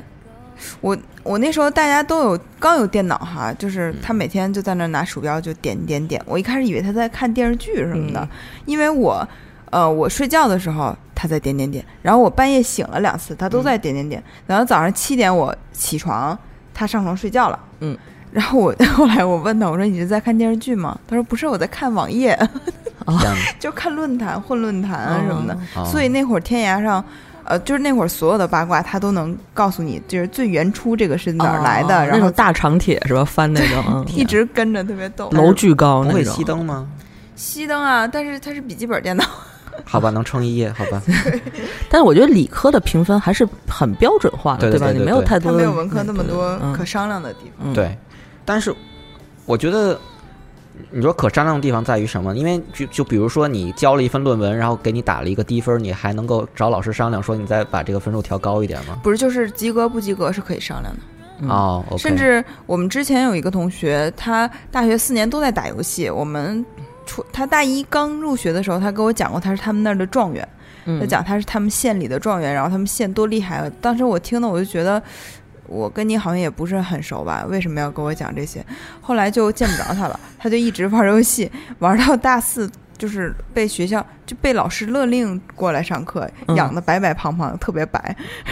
S3: 我我那时候大家都有刚有电脑哈，
S9: 嗯
S3: 就是他每天就在那拿鼠标就点点点。我一开始以为他在看电视剧什么的，
S9: 嗯
S3: 因为我呃我睡觉的时候他在点点点，然后我半夜醒了两次，他都在
S9: 嗯
S3: 点点点。然后早上七点我起床，他上床睡觉了。
S9: 嗯，
S3: 然后我 后来我问他，我说你是在看电视剧吗？他说不是，我在看网页，
S5: 这样子
S3: 就看论坛、混论坛啊
S9: 哦
S3: 什么的。
S5: 啊
S3: 所以那会儿天涯上，呃，就是那会儿所有的八卦，他都能告诉你，就是最原初这个是哪儿来的，
S9: 哦那
S3: 然
S9: 种
S3: 后
S9: 大长铁是吧？翻那种嗯
S3: 一直跟着，特别逗。
S9: 楼巨高
S5: 不
S9: 那
S5: 会
S9: 种
S5: 熄。灯吗？
S3: 熄灯啊，但是它是笔记本电脑，
S5: 好吧，能撑一夜，好吧，
S9: 但是我觉得理科的评分还是很标准化的，
S5: 对对
S9: 吧？
S5: 对对
S9: 你没有
S5: 对
S9: 太
S3: 它
S9: 多的
S3: 没有文科那么多
S9: 嗯
S3: 可商量的地方。
S9: 嗯
S5: 对，但是我觉得。你说可商量的地方在于什么？因为就就比如说你交了一份论文，然后给你打了一个低分，你还能够找老师商量说你再把这个分数调高一点吗？
S3: 不是，就是及格不及格是可以商量的。
S9: 嗯
S5: 哦，OK，
S3: 甚至我们之前有一个同学，他大学四年都在打游戏。我们出他大一刚入学的时候，他跟我讲过，他是他们那儿的状元。
S9: 嗯
S3: 他讲他是他们县里的状元，然后他们县多厉害。啊当时我听的我就觉得，我跟你好像也不是很熟吧？为什么要跟我讲这些？后来就见不着他了，他就一直玩游戏，玩到大四。就是被学校就被老师勒令过来上课，
S9: 嗯
S3: 养的白白胖胖，特别白，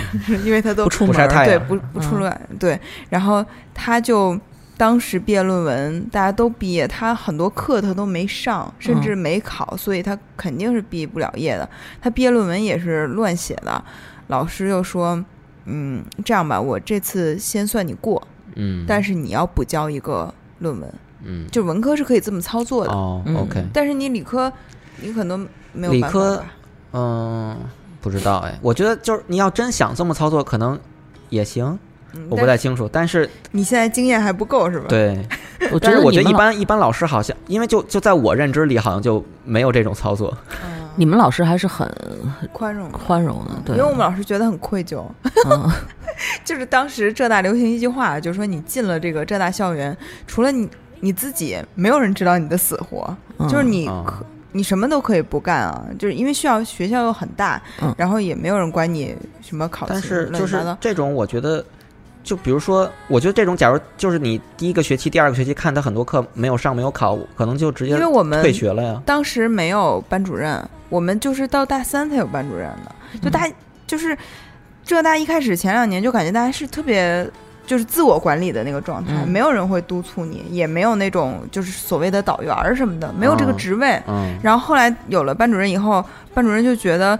S3: 因为他都
S9: 不出
S5: 不
S9: 门
S5: 晒
S9: 儿，
S5: 太
S3: 对，
S5: 阳，
S3: 不不出来、对。然后他就当时毕业论文，大家都毕业，他很多课他都没上，甚
S5: 嗯
S3: 至没考，所以他肯定是毕不了业的。他毕业论文也是乱写的，老师又说。嗯，这样吧，我这次先算你过，
S5: 嗯，
S3: 但是你要补交一个论文，
S5: 嗯，
S3: 就文科是可以这么操作的，
S5: 哦
S9: 嗯
S5: ，OK，
S3: 但是你理科，你可能没有
S5: 理
S3: 办法
S5: 科
S3: 吧
S5: 嗯，不知道哎，我觉得就是你要真想这么操作，可能也行，
S3: 嗯
S5: 我不
S3: 但
S5: 太
S3: 是
S5: 清楚。但是
S3: 你现在经验还不够是吧？，
S5: 对，
S9: 我觉
S5: 但是
S9: 得
S5: 我
S9: 你
S5: 觉得
S9: 们
S5: 一
S9: 老
S5: 般一般老师好像，因为就就在我认知里，好像就没有这种操作。
S9: 你们老师还是很
S3: 嗯宽容吧，
S9: 宽容的，
S3: 因
S9: 对，
S3: 为我们老师觉得很愧疚，
S9: 嗯
S3: 就是当时浙大流行一句话，就是说你进了这个浙大校园，除了你你自己，没有人知道你的死活，
S9: 嗯
S3: 就是你
S5: 啊
S3: 可、你什么都可以不干啊，就是因为学校学校又很大，
S9: 嗯
S3: 然后也没有人管你什么考
S5: 但
S3: 勤
S5: 是
S3: 乱
S5: 就
S3: 七八
S5: 是
S3: 糟。
S5: 这种，我觉得。就比如说，我觉得这种，假如就是你第一个学期、第二个学期看他很多课没有上、没有考，可能就直接
S3: 因为我们
S5: 退学了呀。
S3: 当时没有班主任，我们就是到大三才有班主任的。
S9: 嗯
S3: 就大、就是浙大一开始前两年就感觉大家是特别就是自我管理的那个状态，
S9: 嗯
S3: 没有人会督促你，也没有那种就是所谓的导员儿什么的，没有这个
S5: 哦
S3: 职位。
S5: 嗯，
S3: 然后后来有了班主任以后，班主任就觉得，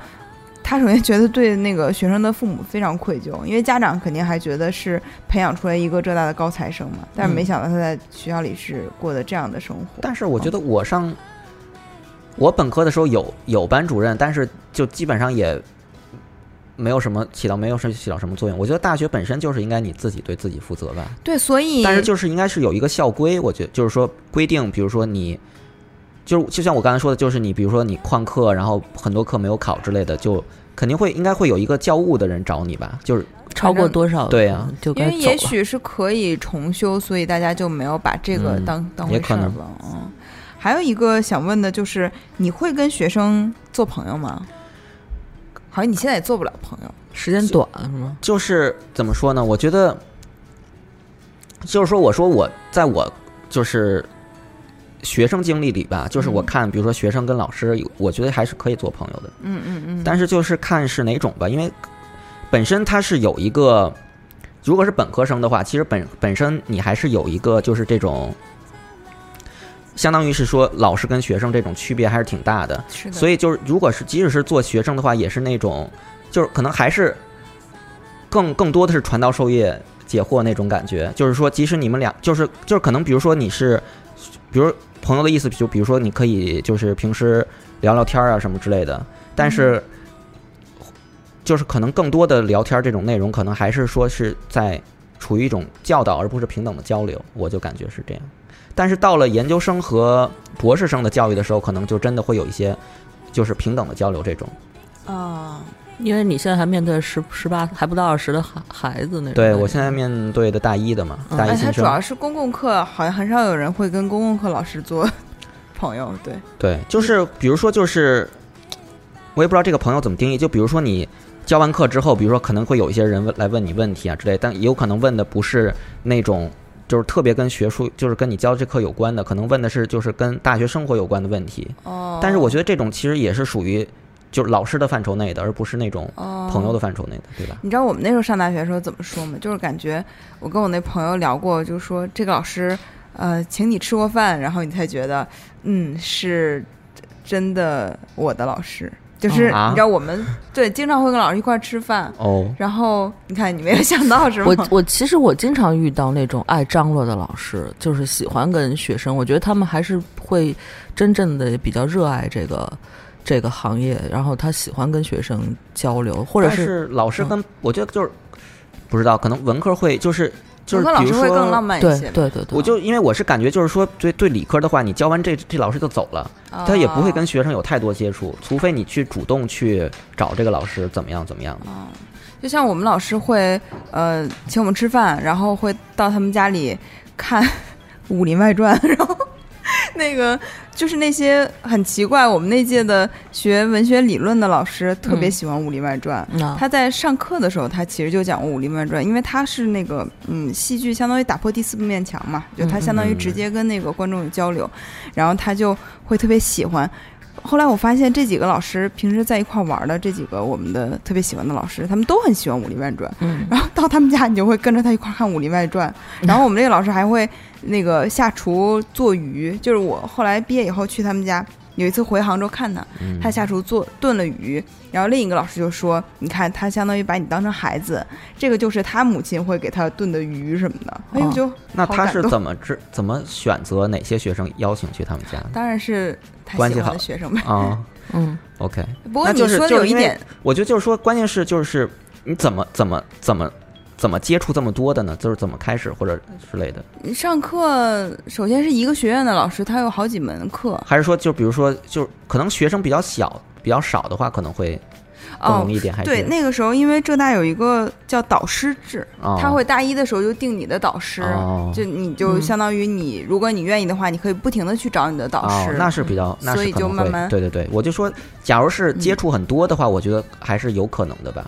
S3: 他首先觉得对那个学生的父母非常愧疚，因为家长肯定还觉得是培养出来一个浙大的高材生嘛，但是没想到他在学校里是过的这样的生活。
S5: 但是我觉得我上我本科的时候有有班主任，但是就基本上也没有什么起到没有什起到什么作用。我觉得大学本身就是应该你自己对自己负责吧，
S3: 对，所以
S5: 但是就是应该是有一个校规，我觉得就是说规定，比如说你。就是就像我刚才说的，就是你比如说你旷课，然后很多课没有考之类的，就肯定会应该会有一个教务的人找你吧，就是
S9: 超过多少
S5: 对啊
S9: 就
S3: 因
S9: 该
S3: 为
S9: 走
S3: 也
S9: 了。
S3: 许是可以重修，所以大家就没有把这个
S5: 嗯
S3: 当、当
S5: 也
S3: 回
S5: 可
S3: 事儿
S5: 能
S3: 吧。嗯，还有一个想问的就是，你会跟学生做朋友吗？好像你现在也做不了朋友。
S9: 时间短是吗？
S5: 就是怎么说呢？我觉得，就是说，我说我在我就是学生经历里吧，就是我看，比如说学生跟老师有，我觉得还是可以做朋友的，
S3: 嗯嗯嗯。
S5: 但是就是看是哪种吧，因为本身它是有一个，如果是本科生的话，其实本本身你还是有一个就是这种。相当于是说老师跟学生这种区别还是挺大的。
S3: 是的，
S5: 所
S3: 以
S5: 以就是，如果是即使是做学生的话，也是那种，就是可能还是更更多的是传道授业解惑那种感觉。就是说，即使你们俩，就是就是可能，比如说你是，比如朋友的意思，就比如说你可以就是平时聊聊天啊什么之类的，但
S3: 嗯
S5: 是。就是可能更多的聊天这种内容，可能还是说是在处于一种教导，而不是平等的交流。我就感觉是这样。但是到了研究生和博士生的教育的时候，可能就真的会有一些就是平等的交流这种。
S3: 啊，
S9: 因为你现在还面对十十八还不到二十的孩孩子那种感觉。
S5: 对我现在面对的大一的嘛，
S9: 嗯
S5: 大
S3: 哎，
S5: 一
S3: 他
S5: 新
S3: 主要
S5: 生，
S3: 是公共课，好像很少有人会跟公共课老师做 朋友，对，
S5: 对，就是比如说就是，我也不知道这个朋友怎么定义。就比如说你教完课之后，比如说可能会有一些人问来问你问题啊之类，但也有可能问的不是那种。就是特别跟学术，就是跟你教这课有关的，可能问的是就是跟大学生活有关的问题。
S3: 哦，
S5: 但是我觉得这种其实也是属于就是老师的范畴内的，而不是那种
S3: 哦
S5: 朋友的范畴内的，对吧？
S3: 你知道我们那时候上大学的时候怎么说吗？就是感觉我跟我那朋友聊过，就是说这个老师，呃，请你吃过饭，然后你才觉得，嗯，是真的我的老师。就是
S5: 哦啊
S3: 你知道我们、对经常会跟老师一块儿吃饭，
S5: 哦，
S3: 然后你看你没有想到是吗？
S9: 我我其实我经常遇到那种爱张罗的老师，就是喜欢跟学生，我觉得他们还是会真正的比较热爱这个这个行业，然后他喜欢跟学生交流，或者
S5: 但
S9: 是嗯
S5: 是老师跟、我觉得就是不知道，可能文科会就是就是
S3: 文科老
S5: 比
S3: 师
S5: 如
S3: 会
S5: 说
S3: 更浪漫啊一
S9: 对
S3: 些吧，
S9: 对对对，
S5: 我就因为我是感觉就是说对对理科的话，你教完这这老师就走了，
S3: 啊
S5: 他也不会跟学生有太多接触，除非你去主动去找这个老师怎么样怎么样。
S3: 哦，就像我们老师会呃请我们吃饭，然后会到他们家里看《武林外传》，然后那个就是那些很奇怪，我们那届的学文学理论的老师特别
S9: 嗯
S3: 喜欢《武林外传》
S9: 那
S3: 他在上课的时候，他其实就讲过《武林外传》，因为他是那个嗯，戏剧相当于打破第四面墙嘛，就他相当于直接跟那个观众有交流，然后他就会特别喜欢。后来我发现这几个老师平时在一块玩的这几个我们的特别喜欢的老师，他们都很喜欢《武林外传》，
S9: 嗯
S3: 然后到他们家你就会跟着他一块看《武林外传》，然后我们这个老师还会那个下厨做鱼，就是我后来毕业以后去他们家，有一次回杭州看他，
S5: 嗯，
S3: 他下厨做炖了鱼，然后另一个老师就说：“你看，他相当于把你当成孩子，这个就是他母亲会给他炖的鱼什么的。”哎呦，
S9: 哦
S3: 就
S5: 那
S3: 好
S5: 他
S3: 感
S5: 是
S3: 动
S5: 怎么知怎么选择哪些学生邀请去他们家
S3: 当然是他
S5: 关系
S3: 喜欢
S5: 好
S3: 的学生呗。
S5: 啊
S9: 嗯，
S5: ？OK，
S3: 不过
S5: 那
S3: 你
S5: 就是
S3: 说的
S5: 就是
S3: 有一
S5: 因为
S3: 点，
S5: 我觉得就是说，关键是就是你怎么怎么怎么怎么接触这么多的呢？就是怎么开始或者之类的，
S3: 上课首先是一个学院的老师，他有好几门课
S5: 还是说就比如说就可能学生比较小比较少的话，可能会更
S3: 哦
S5: 容易。一点，还是
S3: 对，那个时候因为浙大有一个叫导师制，
S5: 哦
S3: 他会大一的时候就定你的导师，
S5: 哦
S3: 就你就
S9: 嗯
S3: 相当于你，如果你愿意的话，你可以不停的去找你的导
S5: 哦
S3: 师。，
S5: 那是比较，那
S3: 所
S5: 是
S3: 以
S5: 可
S3: 就
S5: 能
S3: 慢
S5: 会
S3: 慢
S5: 对对对，我就说，假如是接
S3: 嗯
S5: 触很多的话，我觉得还是有可能的吧，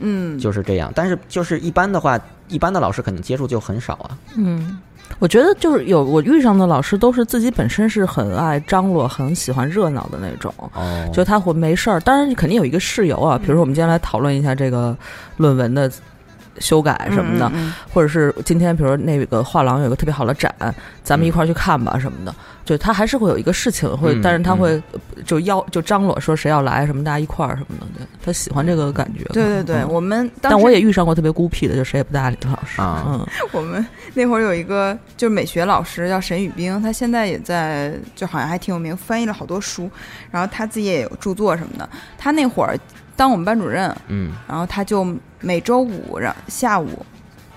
S3: 嗯，
S5: 就是这样。但是就是一般的话，一般的老师肯定接触就很少啊。
S9: 嗯，我觉得就是有我遇上的老师都是自己本身是很爱张罗、很喜欢热闹的那种，
S5: 哦
S9: 就他会没事儿。当然肯定有一个事由啊，比如说我们今天来讨论一下这个论文的修改什么的，
S3: 嗯嗯嗯
S9: 或者是今天比如说那个画廊有一个特别好的展，咱们一块儿去看吧什么的。就他还是会有一个事情会，
S5: 嗯
S9: 但是他会就邀就张罗说谁要来什么，大家一块儿什么的。对他喜欢这个感觉。
S3: 对对对，
S9: 嗯
S3: 我们当时
S9: 但我也遇上过特别孤僻的，就谁也不搭理的老师。
S5: 啊
S9: 嗯，
S3: 我们那会儿有一个就是美学老师叫沈宇冰，他现在也在，就好像还挺有名，翻译了好多书，然后他自己也有著作什么的。他那会儿当我们班主任，
S5: 嗯，
S3: 然后他就每周五让下午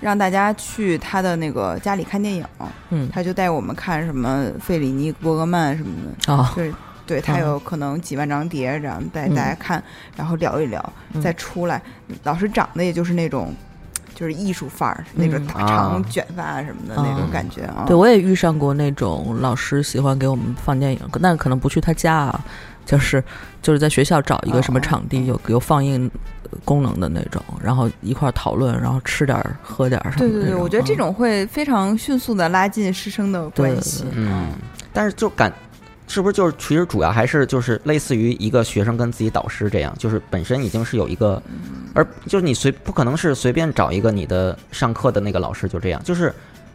S3: 让大家去他的那个家里看电影，
S9: 嗯
S3: 他就带我们看什么费里尼、伯格曼什么的，
S9: 啊，
S3: 对对，他有可能几万张碟，然后带大家看，然后聊一聊，
S9: 嗯
S3: 再出来。老师长得也就是那种，就是艺术范儿，那种
S9: 嗯
S3: 大
S5: 啊
S3: 长卷发什么的那种感觉啊。
S9: 对，我也遇上过那种老师喜欢给我们放电影，可但可能不去他家啊，就是就是在学校找
S5: 哦
S9: 一个什么场地有有放映呃功能的那种，然后一块儿讨论，然后吃点儿喝点儿什
S3: 对
S9: 么的
S3: 对
S9: 那种。
S3: 对，我觉得这
S9: 嗯
S3: 种会非常迅速的拉近师生的关
S9: 对
S3: 系
S9: 对。
S5: 嗯，但是就感，是不是就是其实主要还是就是类似于一个学生跟自己导师这样，就是本身已经是有一个，而就是你随不可能是随便找一个你的上课的那个老师就这样，就是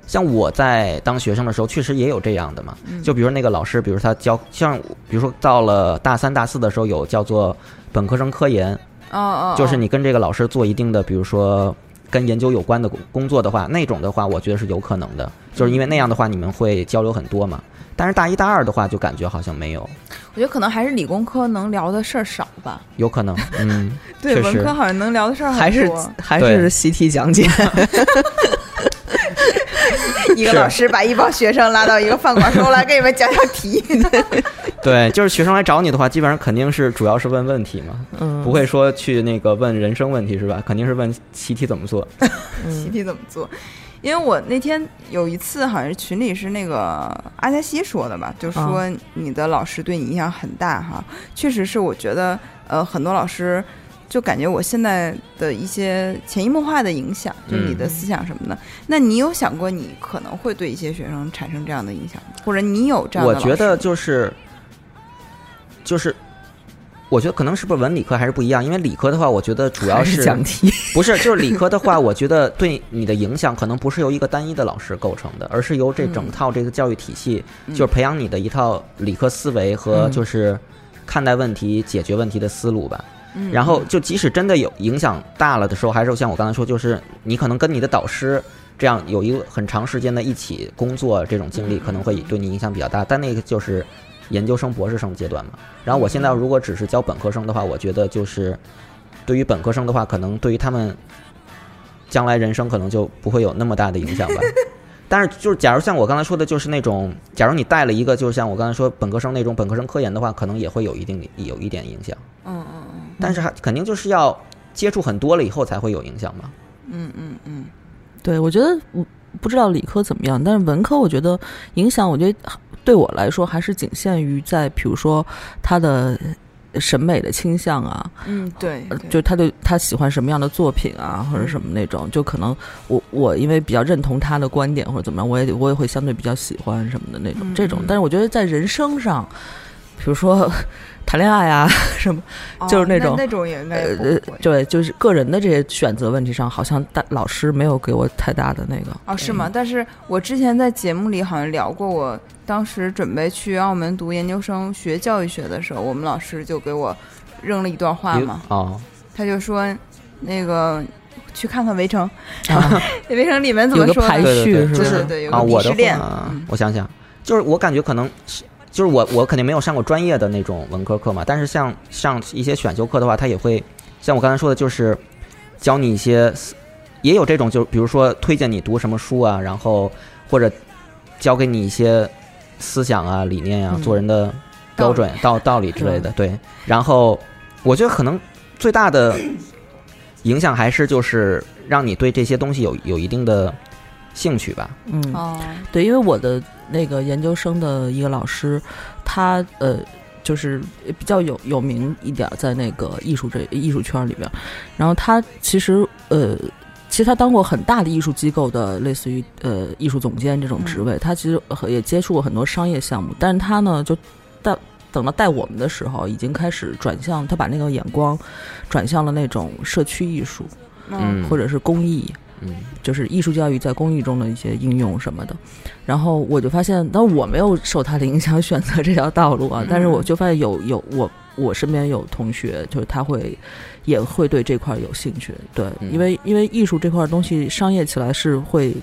S5: 像我在当学生的时候，确实也有这样的嘛。就比如那个老师，比如他教，像比如说到了大三、大四的时候，有叫做本科生科研，
S3: 哦哦，
S5: 就是你跟这个老师做一定的，比如说跟研究有关的工工作的话，那种的话，我觉得是有可能的，就是因为那样的话，你们会交流很多嘛。但是大一大二的话，就感觉好像没有，
S3: 我觉得可能还是理工科能聊的事儿少吧，
S5: 有可能， 嗯，
S3: 对
S5: 确
S3: 文
S5: 实
S3: 科好像能聊的事儿很
S9: 还是
S3: 多
S9: 还
S5: 对
S9: 是习题讲解，
S3: 一个
S5: 是
S3: 老师把一帮学生拉到一个饭馆，说：“我来给你们讲讲 题。
S5: 对，就是学生来找你的话，基本上肯定是主要是问问题嘛，
S9: 嗯，
S5: 不会说去那个问人生问题是吧？肯定是问习题怎么做。
S9: 嗯
S3: 习题怎么做。”因为我那天有一次好像是群里是那个阿加西说的吧，
S9: 哦
S3: 就说你的老师对你影响很大哈，确实是我觉得呃很多老师就感觉我现在的一些潜移默化的影响，就是
S9: 嗯
S3: 你的思想什么的。那你有想过你可能会对一些学生产生这样的影响吗？或者你有这样的
S5: 我
S3: 老师吗？
S5: 觉得就是，就是，我觉得可能是不是文理科还是不一样，因为理科的话，我觉得主要
S9: 还是讲题，
S5: 不是就是理科的话，我觉得对你的影响可能不是由一个单一的老师构成的，而是由这整套这个教育体系，
S3: 嗯
S5: 就是培养你的一套理科思维和
S9: 嗯
S5: 就是看待问题、解决问题的思路吧。
S3: 嗯，
S5: 然后就即使真的有影响大了的时候，还是像我刚才说，就是你可能跟你的导师这样有一个很长时间的一起工作这种经历，可能会对你影响比较大。但那个就是研究生、博士生阶段嘛。然后我现在如果只是教本科生的话，我觉得就是对于本科生的话，可能对于他们将来人生可能就不会有那么大的影响 吧。但是，就是假如像我刚才说的，就是那种，假如你带了一个，就是像我刚才说本科生那种本科生科研的话，可能也会有一定有一点影响。
S3: 嗯嗯嗯
S5: 但是还肯定就是要接触很多了以后才会有影响嘛。
S3: 嗯嗯嗯，
S9: 对我觉得我不知道理科怎么样，但是文科我觉得影响，我觉得对我来说还是仅限于在比如说他的审美的倾向啊，
S3: 嗯，对
S9: 呃，
S3: 对
S9: 就他对他喜欢什么样的作品啊，或者什么那种，就可能我我因为比较认同他的观点或者怎么样，我也我也会相对比较喜欢什么的那种、
S3: 嗯
S9: 这种
S3: 嗯。
S9: 但是我觉得在人生上，比如说 谈恋爱啊，
S3: 哦
S9: 就是那种
S3: 那种也应该也不
S9: 呃
S3: 会，
S9: 对，就是个人的这些选择问题上，好像大老师没有给我太大的那个。
S3: 哦，是吗？但是我之前在节目里好像聊过，我当时准备去澳门读研究生学教育学的时候，我们老师就给我扔了一段话
S5: 比如
S3: 嘛，
S5: 哦，
S3: 他就说那个去看看《围城》
S9: 啊
S3: 《围城》里面怎
S9: 有
S3: 么
S9: 个
S3: 说
S9: 排
S3: 的？
S5: 对
S9: 序
S5: 对
S9: 是
S3: 对
S9: 吧？
S3: 对对，有个
S5: 啊，我
S3: 鄙
S5: 的
S3: 视链，
S5: 话
S3: 嗯
S5: 我想想，就是我感觉可能是，就是我我肯定没有上过专业的那种文科课嘛，但是像上一些选修课的话，它也会像我刚才说的，就是教你一些，也有这种，就是比如说推荐你读什么书啊，然后或者教给你一些思想啊、理念啊、
S9: 嗯
S5: 做人的标准、道道理之类
S3: 嗯
S5: 的。对，然后我觉得可能最大的 影响还是就是让你对这些东西有有一定的兴趣吧。
S9: 嗯，
S3: 哦，
S9: 对，因为我的那个研究生的一个老师，他呃，就是比较有有名一点儿，在那个艺术这艺术圈里边儿。然后他其实呃，其实他当过很大的艺术机构的，类似于呃艺术总监这种职位。他其实和也接触过很多商业项目，但是他呢就带。等到带我们的时候，已经开始转向，他把那个眼光转向了那种社区艺术
S5: 嗯，
S9: 或者是公益，
S5: 嗯
S9: 就是艺术教育在公益中的一些应用什么的。然后我就发现，但我没有受他的影响选择这条道路啊
S3: 嗯，
S9: 但是我就发现有有我我身边有同学，就是他会也会对这块儿有兴趣，对，
S5: 嗯
S9: 因为因为艺术这块儿东西商业起来是会。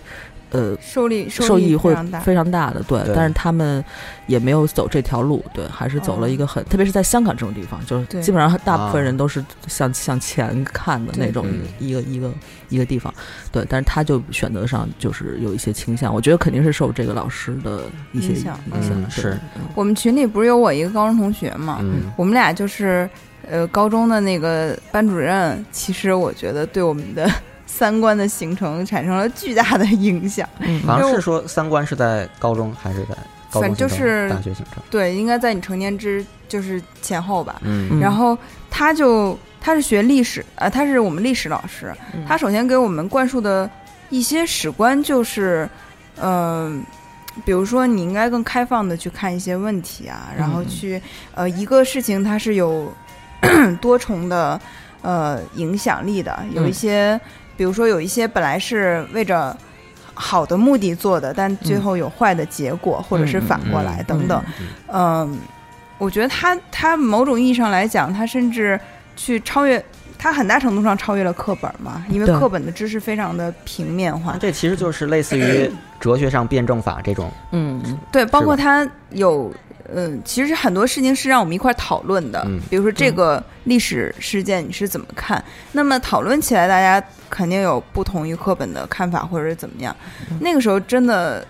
S9: 呃，
S3: 受力
S9: 受益
S3: 益
S9: 会
S3: 非常大。
S9: 非常大的，对
S5: 对，
S9: 但是他们也没有走这条路，对，还是走了一个很，特别是在香港这种地方，就是
S3: 哦对
S9: 基本上大部
S5: 啊
S9: 分人都是向向前看的
S3: 对
S9: 那种
S5: 嗯
S9: 一个一个一个地方，对，但是他就选择上就是有一些倾向，我觉得肯定是受这个老师的一些
S3: 影响
S9: 影响
S5: 嗯
S9: 对
S5: 是
S3: 我们群里不是有我一个高中同学嘛，
S5: 嗯
S3: 我们俩就是呃高中的那个班主任，其实我觉得对我们的 三观的形成产生了巨大的影响。
S9: 嗯
S5: 好
S3: 因
S5: 像
S3: 为
S5: 是
S3: 我
S5: 说三观是在高中还是在高中
S3: 反正
S5: 形
S3: 就
S5: 成
S3: 是
S5: 大学形成？
S3: 对，应该在你成年之就是前后吧。
S5: 嗯
S3: 然后他就他是学历史，呃，他是我们历史老师，
S9: 嗯
S3: 他首先给我们灌输的一些史观就是，嗯、比如说你应该更开放的去看一些问题啊，然后
S9: 嗯
S3: 去呃一个事情它是有 多重的呃影响力的，有一
S9: 嗯
S3: 些、比如说有一些本来是为着好的目的做的，但
S9: 嗯
S3: 最后有坏的结果，或者是反过来等等。嗯，我觉得他他某种意义上来讲，他甚至去超越，他很大程度上超越了课本嘛，因为
S9: 对
S3: 课本的知识非常的平面化
S5: 那。啊这其实就是类 似于哲学上辩证法这种，
S9: 嗯，嗯
S3: 对，包括
S5: 吧
S3: 他有，嗯，其实很多事情是让我们一块儿讨论的，
S5: 嗯
S3: 比如说这个历史事件你是怎么看？那么讨论起来，大家肯定有不同于课本的看法，或者是怎么样。
S5: 嗯
S3: 那个时候真的，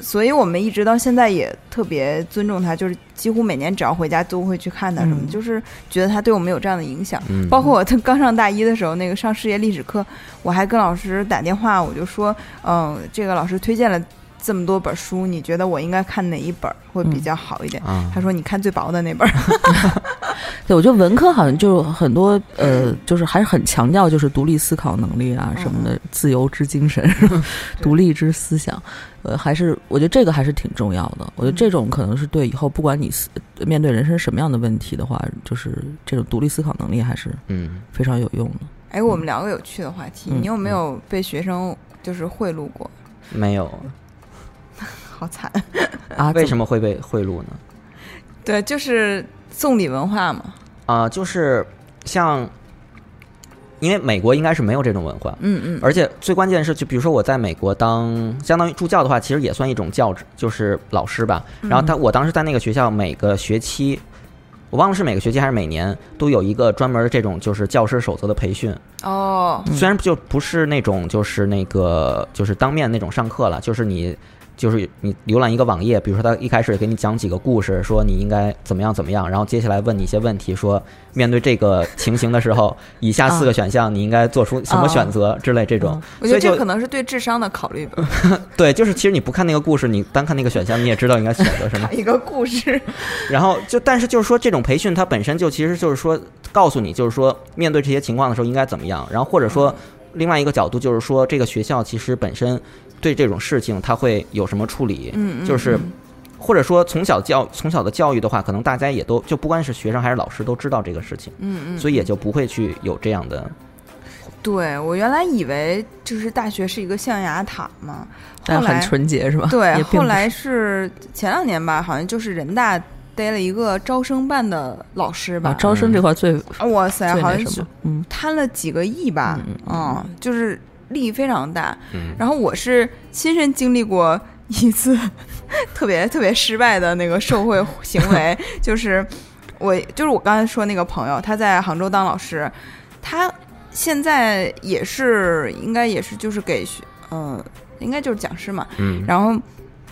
S3: 所以我们一直到现在也特别尊重他，就是几乎每年只要回家都会去看他什么，
S9: 嗯
S3: 就是觉得他对我们有这样的影响。
S5: 嗯，
S3: 包括我刚上大一的时候，那个上世界历史课，我还跟老师打电话，我就说，嗯、这个老师推荐了这么多本书，你觉得我应该看哪一本会比较好一点？
S5: 啊
S3: 他，说你看最薄的那本儿，
S9: 对，我觉得文科好像就很多呃，就是还是很强调就是独立思考能力啊什么的，
S3: 嗯
S9: 自由之精神，独立之思想，呃，还是我觉得这个还是挺重要的。我觉得这种可能是对以后不管你思面对人生什么样的问题的话，就是这种独立思考能力还是
S5: 嗯，
S9: 非常有用的。
S3: 哎，我们聊个有趣的话题，
S9: 嗯
S3: 你有没有被学生就是贿赂过？
S5: 没有，
S3: 啊好惨，
S9: 啊，
S5: 为
S9: 怎
S5: 什么会被贿赂呢？
S3: 对，就是送礼文化嘛，
S5: 啊、就是像，因为美国应该是没有这种文化，
S3: 嗯嗯，
S5: 而且最关键是，就比如说我在美国当相当于助教的话，其实也算一种教职，就是老师吧。然后他我当时在那个学校，每个学期我忘了是每个学期还是每年都有一个专门的这种就是教师守则的培训，
S3: 哦，
S5: 虽然就不是那种就是那个就是当面那种上课了，就是你。就是你浏览一个网页，比如说他一开始给你讲几个故事，说你应该怎么样怎么样，然后接下来问你一些问题，说面对这个情形的时候，以下四个选项你应该做出什么选择之类这种。
S3: 我觉
S5: 所
S3: 得
S5: 以就
S3: 这可能是对智商的考虑 吧。。
S5: 对，就是其实你不看那个故事，你单看那个选项，你也知道应该选择什么
S3: 一个故 事，
S5: 然后就，但是就是说，这种培训它本身就其实就是说，告诉你就是说，面对这些情况的时候应该怎么样。然后或者
S3: 嗯
S5: 说，另外一个角度就是说，这个学校其实本身对这种事情它会有什么处理，
S3: 嗯嗯
S5: 就是。或者说，从小教从小的教育的话，可能大家也都就不管是学生还是老师都知道这个事情，
S3: 嗯嗯，
S5: 所以也就不会去有这样的
S3: 对我原来以为就是大学是一个象牙塔嘛，后
S9: 但
S3: 来
S9: 很纯洁是 吧？
S3: 对，
S9: 也并
S3: 后
S9: 不
S3: 来
S9: 是
S3: 是前两年吧，好像就是人大逮了一个招生办的老师吧
S9: 啊，，招
S5: 嗯
S9: 生这块最
S3: 哇塞，
S9: 最
S3: 好
S9: 那
S3: 像
S9: 什
S3: 是
S9: 么，嗯，
S3: 贪了几个亿吧，
S9: 嗯
S3: 嗯，就是利益非常大。
S5: 嗯
S3: 然后我是亲身经历过一次 特别特别失败的那个受贿行 为，就是我就是我刚才说那个朋友，他在杭州当老师，他现在也是应该也是就是给学呃应该就是讲师嘛，
S5: 嗯
S3: 然后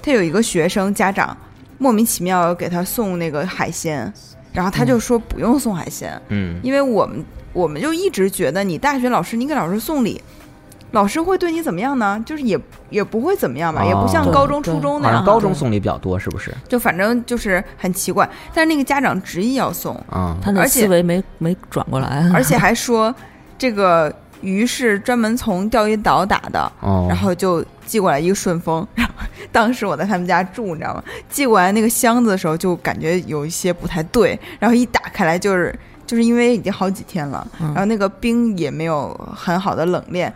S3: 他有一个学生家长莫名其妙给他送那个海鲜，然后他就说不用送海鲜，
S5: 嗯
S3: 因为我们我们就一直觉得你大学老师，你给老师送礼，老师会对你怎么样呢？就是也也不会怎么样吧，
S5: 哦
S3: 也不像
S5: 对
S3: 高中、
S9: 对
S3: 初中那
S5: 好像
S3: 样，啊
S5: 高中送礼比较多，是不是？
S3: 就反正就是很奇怪。但是那个家长执意要送，
S5: 啊、
S9: 他的
S3: 而且
S9: 思维没没转过来，啊嗯
S3: 而且还说这个鱼是专门从钓鱼岛打的，
S5: 哦，
S3: 然后就寄过来一个顺丰，然后 当时我在他们家住，你知道吗？寄过来那个箱子的时候，就感觉有一些不太对，然后一打开来就是就是因为已经好几天了，
S9: 嗯
S3: 然后那个冰也没有很好的冷链，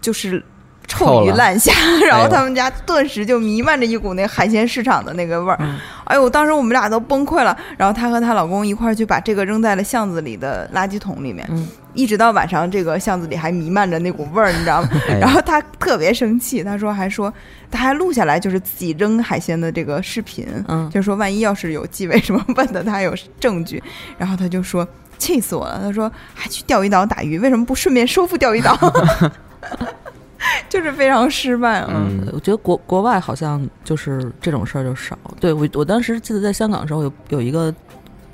S3: 就是。
S5: 臭
S3: 臭鱼
S5: 了
S3: 烂虾，然
S5: 哎
S3: 后
S5: 呦
S3: 他们家顿时就弥漫着一股那个海鲜市场的那个味儿。
S9: 嗯
S3: 哎呦，当时我们俩都崩溃了。然后她和她老公一块儿去把这个扔在了巷子里的垃圾桶里面，
S9: 嗯
S3: 一直到晚上，这个巷子里还弥漫着那股味儿，你知道吗？
S5: 哎呀
S3: 然后他特别生气，他说还说他还录下来就是自己扔海鲜的这个视频，
S9: 嗯
S3: 就是说万一要是有纪委什么问的，他有证据。然后他就说气死我了，他说还去钓鱼岛打鱼，为什么不顺便收复钓鱼岛？就是非常失败，嗯
S5: 嗯
S9: 我觉得国国外好像就是这种事儿就少。对我，我当时记得在香港的时候有有一个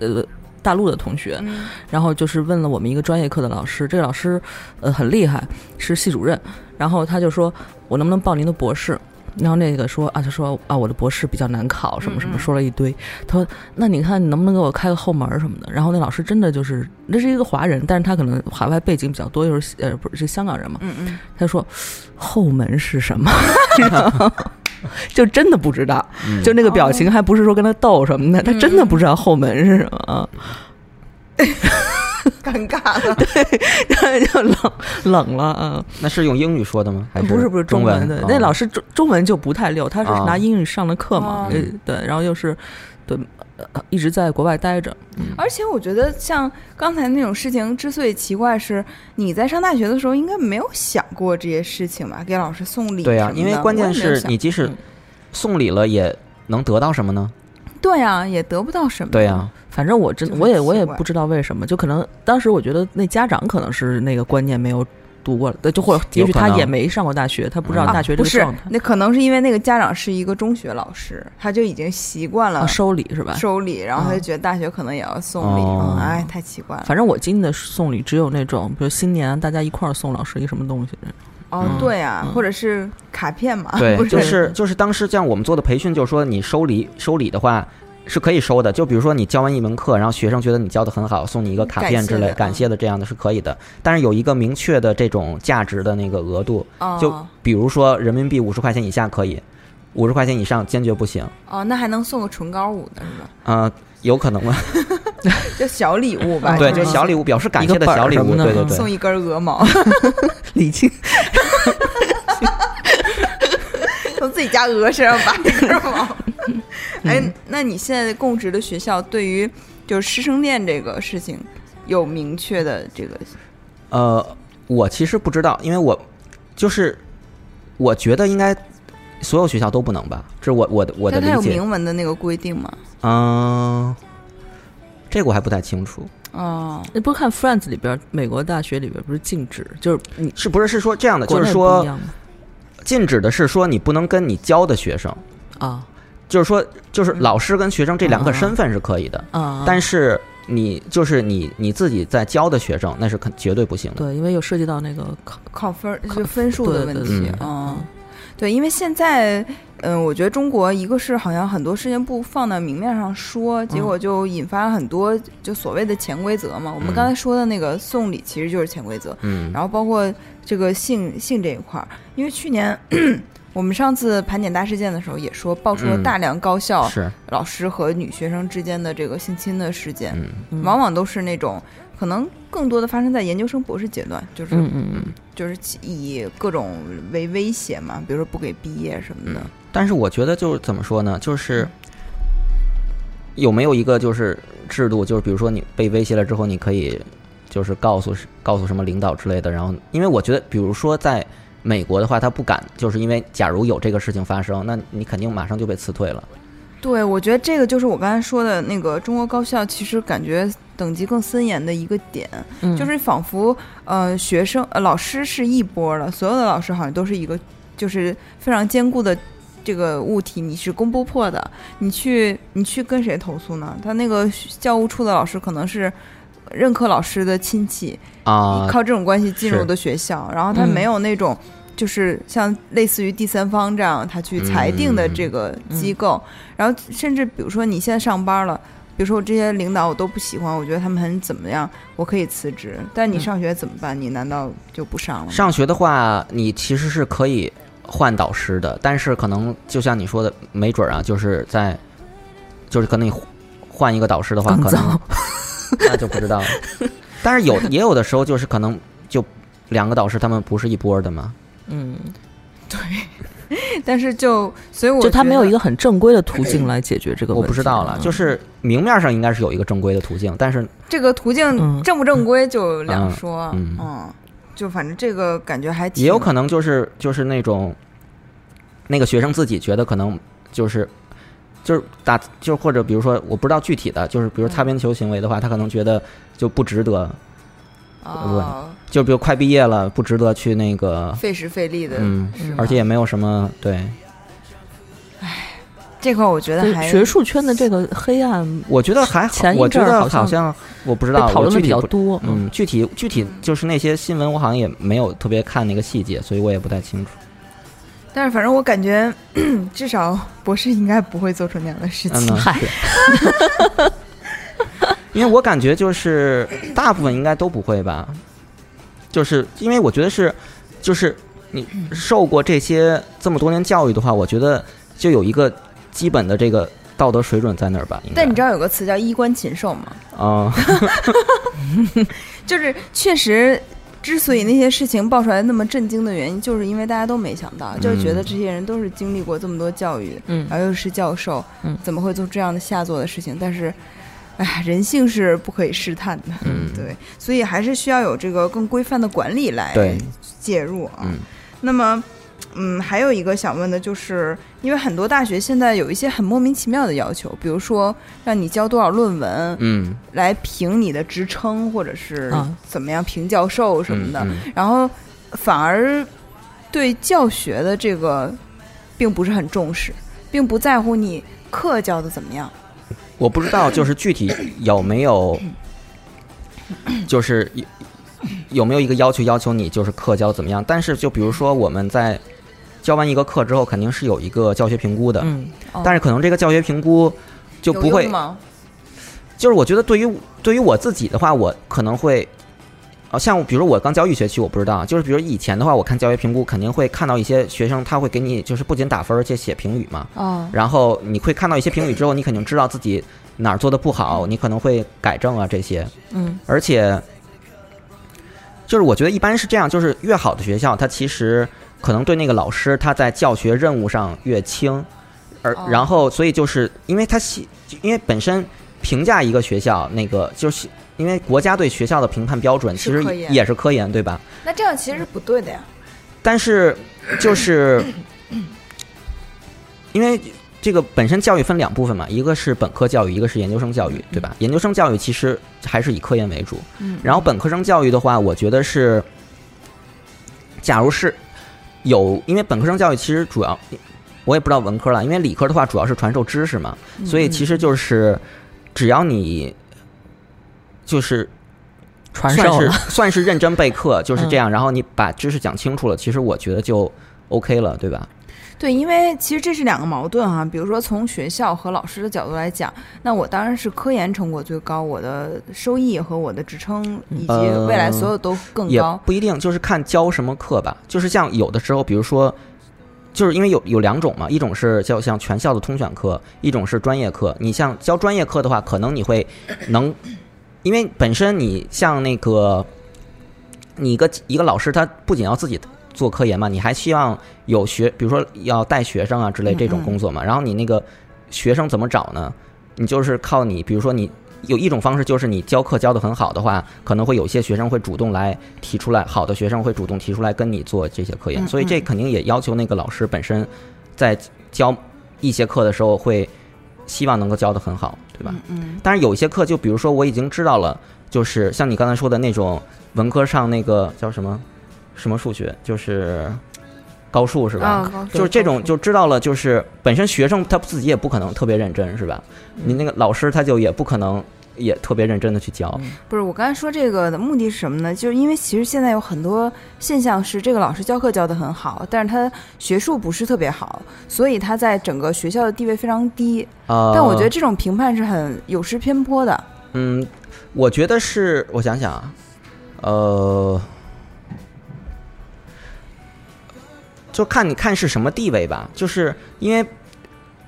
S9: 呃大陆的同学，
S3: 嗯
S9: 然后就是问了我们一个专业课的老师，这个老师呃很厉害，是系主任，然后他就说我能不能报您的博士？然后那个说啊，他说啊，我的博士比较难考，什么什么，说了一堆。他说，那你看你能不能给我开个后门儿什么的？然后那老师真的就是，那是一个华人，但是他可能海外背景比较多，又是呃不是是香港人嘛，
S3: 嗯嗯，
S9: 他说后门是什么？ 然后就真的不知道，
S5: 嗯
S9: 就那个表情
S3: 哦
S9: 还不是说跟他逗什么的，他真的不知道后门是什么。
S3: 尴尬了。
S9: 就冷冷了啊。
S5: 那是用英语说的吗？还
S9: 嗯
S5: 是
S9: 不是不是中
S5: 文
S9: 的
S5: 哦，
S9: 那老师中中文就不太溜，他是
S5: 啊
S9: 拿英语上的课嘛
S3: 哦，
S9: 呃对，然后又是对呃一直在国外待着，
S3: 而且我觉得像刚才那种事情之所以奇怪，是你在上大学的时候应该没有想过这些事情吧？给老师送礼
S5: 对呀、
S3: 什么
S5: 因为
S3: 的
S5: 关
S3: 我
S5: 键
S3: 也没有
S5: 是
S3: 想
S5: 你即使
S9: 嗯
S5: 送礼了，也能得到什么呢？
S3: 对呀、也得不到
S9: 嗯
S3: 什么。
S5: 对呀、
S9: 反正我真
S3: 就很
S9: 我也我也
S3: 奇怪
S9: 不知道为什么，就可能当时我觉得那家长可能是那个观念没有读过，对就或者也许
S5: 有可
S9: 他
S5: 能
S9: 也没上过大学，他不知道
S5: 嗯
S9: 大学
S3: 啊不
S9: 这个
S3: 是
S9: 状态，
S3: 那可能是因为那个家长是一个中学老师，他就已经习惯了
S9: 啊收礼是吧？
S3: 收礼，然后他就觉得大学可能也要送礼，
S5: 啊哦
S3: 嗯哎，太奇怪了。
S9: 反正我经历的送礼只有那种，比如新年大家一块儿送老师一个什么东西，
S3: 哦，
S5: 嗯
S3: 对呀、
S9: 嗯
S3: 或者是卡片
S9: 啊
S3: 嘛，
S5: 对
S3: 不，
S5: 就是是就是当时像我们做的培训，就是说你收礼收礼的话是可以收的，就比如说你教完一门课，然后学生觉得你教的很好，送你一个卡
S3: 感
S5: 片
S3: 谢
S5: 之类
S3: 的
S5: 感
S3: 嗯
S5: 谢的这样的是可以的，但是有一个明确的这种价值的那个额度，
S3: 哦
S5: 就比如说人民币五十块钱以下可以，五十块钱以上坚决不行，
S3: 哦，那还能送个唇膏舞呢，是吧？
S5: 呃，有可能吗？
S3: 就小礼物吧，
S5: 对，
S9: 嗯
S5: 就是小礼物，表示感
S9: 一个
S5: 谢的
S9: 本儿
S5: 小礼
S9: 什
S5: 物，
S9: 么的
S5: 对对
S9: 嗯
S3: 送
S5: 对，
S3: 一根鹅毛，
S9: 礼金
S3: 从自己家鹅身上拔一根毛。
S5: 嗯
S3: 哎，那你现在供职的学校对于就是师生恋这个事情有明确的这个
S5: 呃，我其实不知道，因为我就是我觉得应该所有学校都不能吧，这是我我的我的
S3: 但
S5: 理
S3: 它有
S5: 解。
S3: 明文的那个规定吗？
S5: 嗯，这个我还不太清楚，
S3: 哦，
S9: 你不是看 Friends 里边，美国大学里边不是禁止，就是你
S5: 是不是是说这样的？
S9: 国
S5: 就
S9: 内
S5: 是
S9: 不一
S5: 说
S9: 样吗
S5: 禁止的是说你不能跟你教的学生，
S9: 啊
S5: 就是说就是
S9: 嗯
S5: 老师跟学生这两个
S9: 嗯嗯嗯
S5: 身份是可以的，
S9: 啊，
S5: 但
S9: 是
S5: 是你就是你你自己在教的学生那是肯绝对不行的。
S9: 对，因为有涉及到那个考
S3: 考分儿
S9: 考
S3: 就分数的
S9: 对
S3: 问
S9: 对
S3: 题
S5: 对对，
S3: 嗯，对，因为现在，嗯，我觉得中国一个是好像很多事情不放到明面上说，
S5: 嗯
S3: 结果就引发了很多就所谓的潜规则嘛。我们刚才说的那个送礼其实就是潜规则，
S5: 嗯，
S3: 然后包括这个性性这一块儿，因为去年 我们上次盘点大事件的时候也说，爆出了
S5: 嗯
S3: 大量高校
S5: 是，
S3: 老师和女学生之间的这个性侵的事件，
S5: 嗯
S3: 往往都是那种可能更多的发生在研究生博士阶段，就是
S9: 嗯嗯嗯
S3: 就是以各种为威胁嘛，比如说不给毕业什么的。
S5: 嗯但是我觉得就是怎么说呢，就是有没有一个就是制度，就是比如说你被威胁了之后，你可以就是告诉告诉什么领导之类的，然后因为我觉得，比如说在美国的话，他不敢，就是因为假如有这个事情发生，那你肯定马上就被辞退了。
S3: 对，我觉得这个就是我刚才说的那个中国高校，其实感觉等级更森严的一个点，
S9: 嗯，
S3: 就是仿佛呃学生呃老师是一波了，所有的老师好像都是一个就是非常坚固的。这个物体你是攻不破的，你去你去跟谁投诉呢？他那个教务处的老师可能是任课老师的亲戚，
S5: 啊、
S3: 靠这种关系进入
S5: 是
S3: 的学校，然后他
S9: 嗯
S3: 没有那种、就是像类似于第三方这样他去裁定的
S5: 嗯
S3: 这个机构，然后甚至比如说你现在上班了。比如说我这些领导我都不喜欢，我觉得他们很怎么样，我可以辞职。但你
S9: 嗯
S3: 上学怎么办？你难道就不上了吗？
S5: 上学的话，你其实是可以换导师的，但是可能就像你说的，没准儿啊，就是在就是可能你换换一个导师的话，
S9: 更
S5: 可能
S9: 糟，
S5: 那就不知道 了。但是有也有的时候就是可能就两个导师他们不是一波的嘛，
S9: 嗯，
S3: 但是就所以我
S9: 就他没有一
S3: 个
S9: 个很正规的途径来解决这个
S5: 我
S9: 问题，
S5: 不知道了。
S9: 嗯
S5: 就是明面上应该是有一个正规的途径，但是
S3: 这个途径
S9: 嗯
S3: 正不正规就两
S5: 嗯
S3: 说，
S5: 嗯
S3: 就反正这个感觉还
S5: 也有
S3: 挺
S5: 可能就是就是那种那个学生自己觉得可能就是。就是打，就是或者比如说，我不知道具体的，就是比如擦边球行为的话，他可能觉得就不值得，
S3: 啊、
S5: 就比如快毕业了，不值得去那个，
S3: 费时费力的，
S5: 嗯，
S3: 是吧
S5: 而且也没有什么对，
S3: 这块我觉得
S9: 就是
S3: 还
S9: 学术圈的这个黑暗
S5: 我觉得还好，
S9: 前一
S5: 我觉
S9: 阵儿
S5: 得
S9: 好像
S5: 好像我不知
S9: 被
S5: 道，
S9: 讨
S5: 我
S9: 论的
S5: 具
S9: 比
S5: 体
S9: 较
S5: 不
S9: 多，
S5: 嗯，具体具体就是那些新闻，我好像也没有特别看那个细节，所以我也不太清楚。
S3: 但是反正我感觉， 至少博士应该不会做出那样的事
S5: 嗯
S3: 情。
S5: 呢，是 因为我感觉就是大部分应该都不会吧，就是因为我觉得是，就是你受过这些这么多年教育的话，我觉得就有一个基本的这个道德水准在那儿吧？应该
S3: 但你知道有个词叫衣冠禽兽吗？
S5: 啊、
S3: 就是确实，之所以那些事情爆出来那么震惊的原因，就是因为大家都没想
S5: 嗯
S3: 到，就是觉得这些人都是经历过这么多教育，
S9: 嗯
S3: 然后又是教授，
S9: 嗯
S3: 怎么会做这样的下作的事情？但是，哎，人性是不可以试探的，
S5: 嗯
S3: 对，所以还是需要有这个更规范的管理来
S5: 对
S3: 介入啊。
S5: 嗯
S3: 那么。嗯，还有一个想问的就是，因为很多大学现在有一些很莫名其妙的要求，比如说让你交多少论文，
S5: 嗯，
S3: 来评你的职称，或者是
S9: 啊
S3: 怎么样评教授什么的，
S5: 嗯嗯
S3: 然后反而对教学的这个并不是很重视，并不在乎你课教的怎么样。
S5: 我不知道就是具体有没有，就是有有没有一个要求要求你就是课教怎么样？但是就比如说我们在教完一个课之后，肯定是有一个教学评估的，
S9: 嗯
S3: 哦
S5: 但是可能这个教学评估就不
S3: 有
S5: 会
S3: 用吗？
S5: 就是我觉得对于对于我自己的话，我可能会，呃，像比如我刚教育学期，我不知道，就是比如以前的话，我看教学评估肯定会看到一些学生他会给你就是不仅打分，而且写评语嘛，
S3: 哦，
S5: 然后你会看到一些评语之后，你肯定知道自己哪儿做的不
S3: 嗯
S5: 好，你可能会改正啊这些，
S9: 嗯
S5: 而且就是我觉得一般是这样，就是越好的学校，它其实可能对那个老师他在教学任务上越轻，而
S3: 哦
S5: 然后所以就是因为他希，因为本身评价一个学校那个就是。因为国家对学校的评判标准
S3: 是
S5: 其实
S3: 科研
S5: 也是科研，对吧？
S3: 那这样其实是不对的呀。
S5: 但是就是因为这个本身教育分两部分嘛，一个是本科教育，一个是研究生教育，对吧？研究生教育其实还是以科研为主，
S3: 嗯
S5: 然后本科生教育的话，我觉得是，假如是有，因为本科生教育其实主要，我也不知道文科了，因为理科的话主要是传授知识嘛，
S3: 嗯
S5: 所以其实就是只要你就是
S9: 传
S5: 算
S9: 授
S5: 是
S9: 了， 嗯
S5: 算是认真备课，就是这样，然后你把知识讲清楚了，其实我觉得就 OK 了，对吧？
S3: 对，因为其实这是两个矛盾哈、比如说，从学校和老师的角度来讲，那我当然是科研成果最高，我的收益和我的职称以及
S5: 呃
S3: 未来所有都更
S5: 也
S3: 高。
S5: 不一定，就是看教什么课吧。就是像有的时候，比如说，就是因为有有两种嘛，一种是叫像全校的通选课，一种是专业课。你像教专业课的话，可能你会能，因为本身你像那个，你一个一个老师，他不仅要自己做科研嘛，你还希望有学，比如说要带学生啊之类这
S3: 嗯
S5: 种工作嘛。然后你那个学生怎么找呢？你就是靠你，比如说你有一种方式就是你教课教得很好的话，可能会有些学生会主动来提出来，好的学生会主动提出来跟你做这些科研，
S9: 嗯
S5: 所以这肯定也要求那个老师本身在教一些课的时候会希望能够教得很好，对吧？
S3: 嗯，
S5: 但是有一些课，就比如说我已经知道了，就是像你刚才说的那种文科上那个叫什么什么数学，就是高数是吧？
S9: 哦
S3: 啊高
S5: 就是这种就知道了，就是本身学生他自己也不可能特别认真，是吧？你那个老师他就也不可能也特别认真的去教，
S9: 嗯
S3: 不是，我刚才说这个的目的是什么呢？就是因为其实现在有很多现象是，这个老师教课教得很好，但是他学术不是特别好，所以他在整个学校的地位非常低。
S5: 呃，
S3: 但我觉得这种评判是很有失偏颇的。
S5: 嗯，我觉得是，我想想啊，呃，就看你看是什么地位吧，就是因为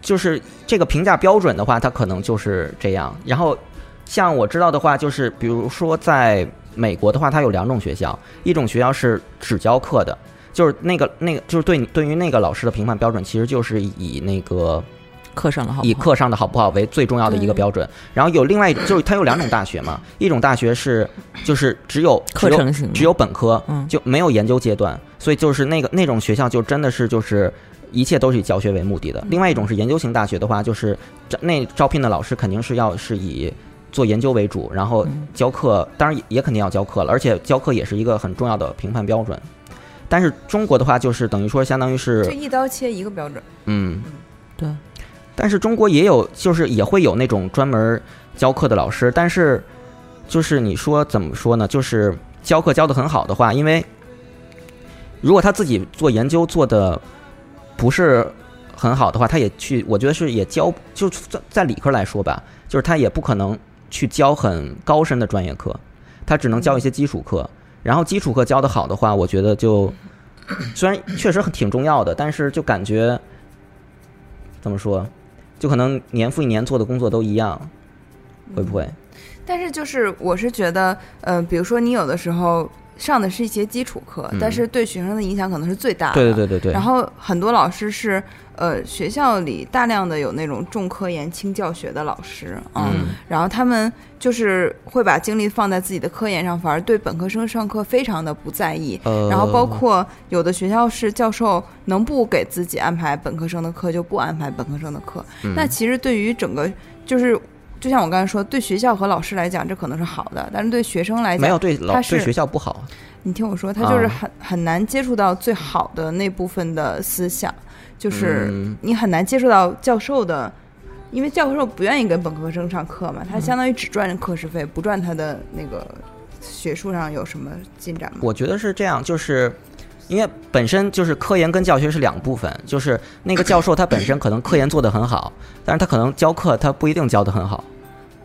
S5: 就是这个评价标准的话，它可能就是这样。然后像我知道的话，就是比如说在美国的话，它有两种学校，一种学校是只教课的，就是那个那个就是对你对于那个老师的评判标准，其实就是以那个
S9: 课上了好不好
S5: 以课上的好不好为最重要的一个标准。然后有另外一种，就是它有两种大学 嘛，一种大学是就是只有
S9: 课
S5: 只有
S9: 程型的
S5: 只有本科，
S9: 嗯
S5: 就没有研究阶段，所以就是那个那种学校就真的是就是。一切都是以教学为目的的。
S9: 嗯
S5: 另外一种是研究型大学的话，就是这那招聘的老师肯定是要是以做研究为主，然后
S9: 嗯
S5: 教课，当然也也肯定要教课了，而且教课也是一个很重要的评判标准。但是中国的话，就是等于说相当于是
S3: 就一刀切一个标准。
S5: 嗯，
S9: 对。
S5: 但是中国也有，就是也会有那种专门教课的老师，但是就是你说怎么说呢？就是教课教得很好的话，因为如果他自己做研究做的不是很好的话，他也去，我觉得是也教，就在在理科来说吧，就是他也不可能去教很高深的专业课，他只能教一些基础课。然后基础课教得好的话，我觉得就虽然确实很挺重要的，但是就感觉怎么说，就可能年复一年做的工作都一样，会不会？
S3: 嗯但是就是我是觉得，嗯、比如说你有的时候上的是一些基础课，
S5: 嗯
S3: 但是对学生的影响可能是最大的。
S5: 对对对对对。
S3: 然后很多老师是，呃，学校里大量的有那种重科研轻教学的老师，啊
S5: 嗯，
S3: 然后他们就是会把精力放在自己的科研上，反而对本科生上课非常的不在意。嗯
S5: 呃，
S3: 然后包括有的学校是教授能不给自己安排本科生的课就不安排本科生的课，
S5: 嗯
S3: 那其实对于整个就是，就像我刚才说，对学校和老师来讲这可能是好的，但是对学生来
S5: 没有
S3: 讲，
S5: 对老
S3: 他
S5: 对
S3: 是
S5: 学校不好，
S3: 你听我说，他就是
S5: 啊
S3: 很、很难接触到最好的那部分的思想，就是
S5: 嗯
S3: 你很难接触到教授的。因为教授不愿意跟本科生上课嘛，
S5: 嗯
S3: 他相当于只赚课时费，不赚他的那个学术上有什么进展嘛。
S5: 我觉得是这样，就是因为本身就是科研跟教学是两部分，就是那个教授他本身可能科研做得很好，但是他可能教课他不一定教得很好，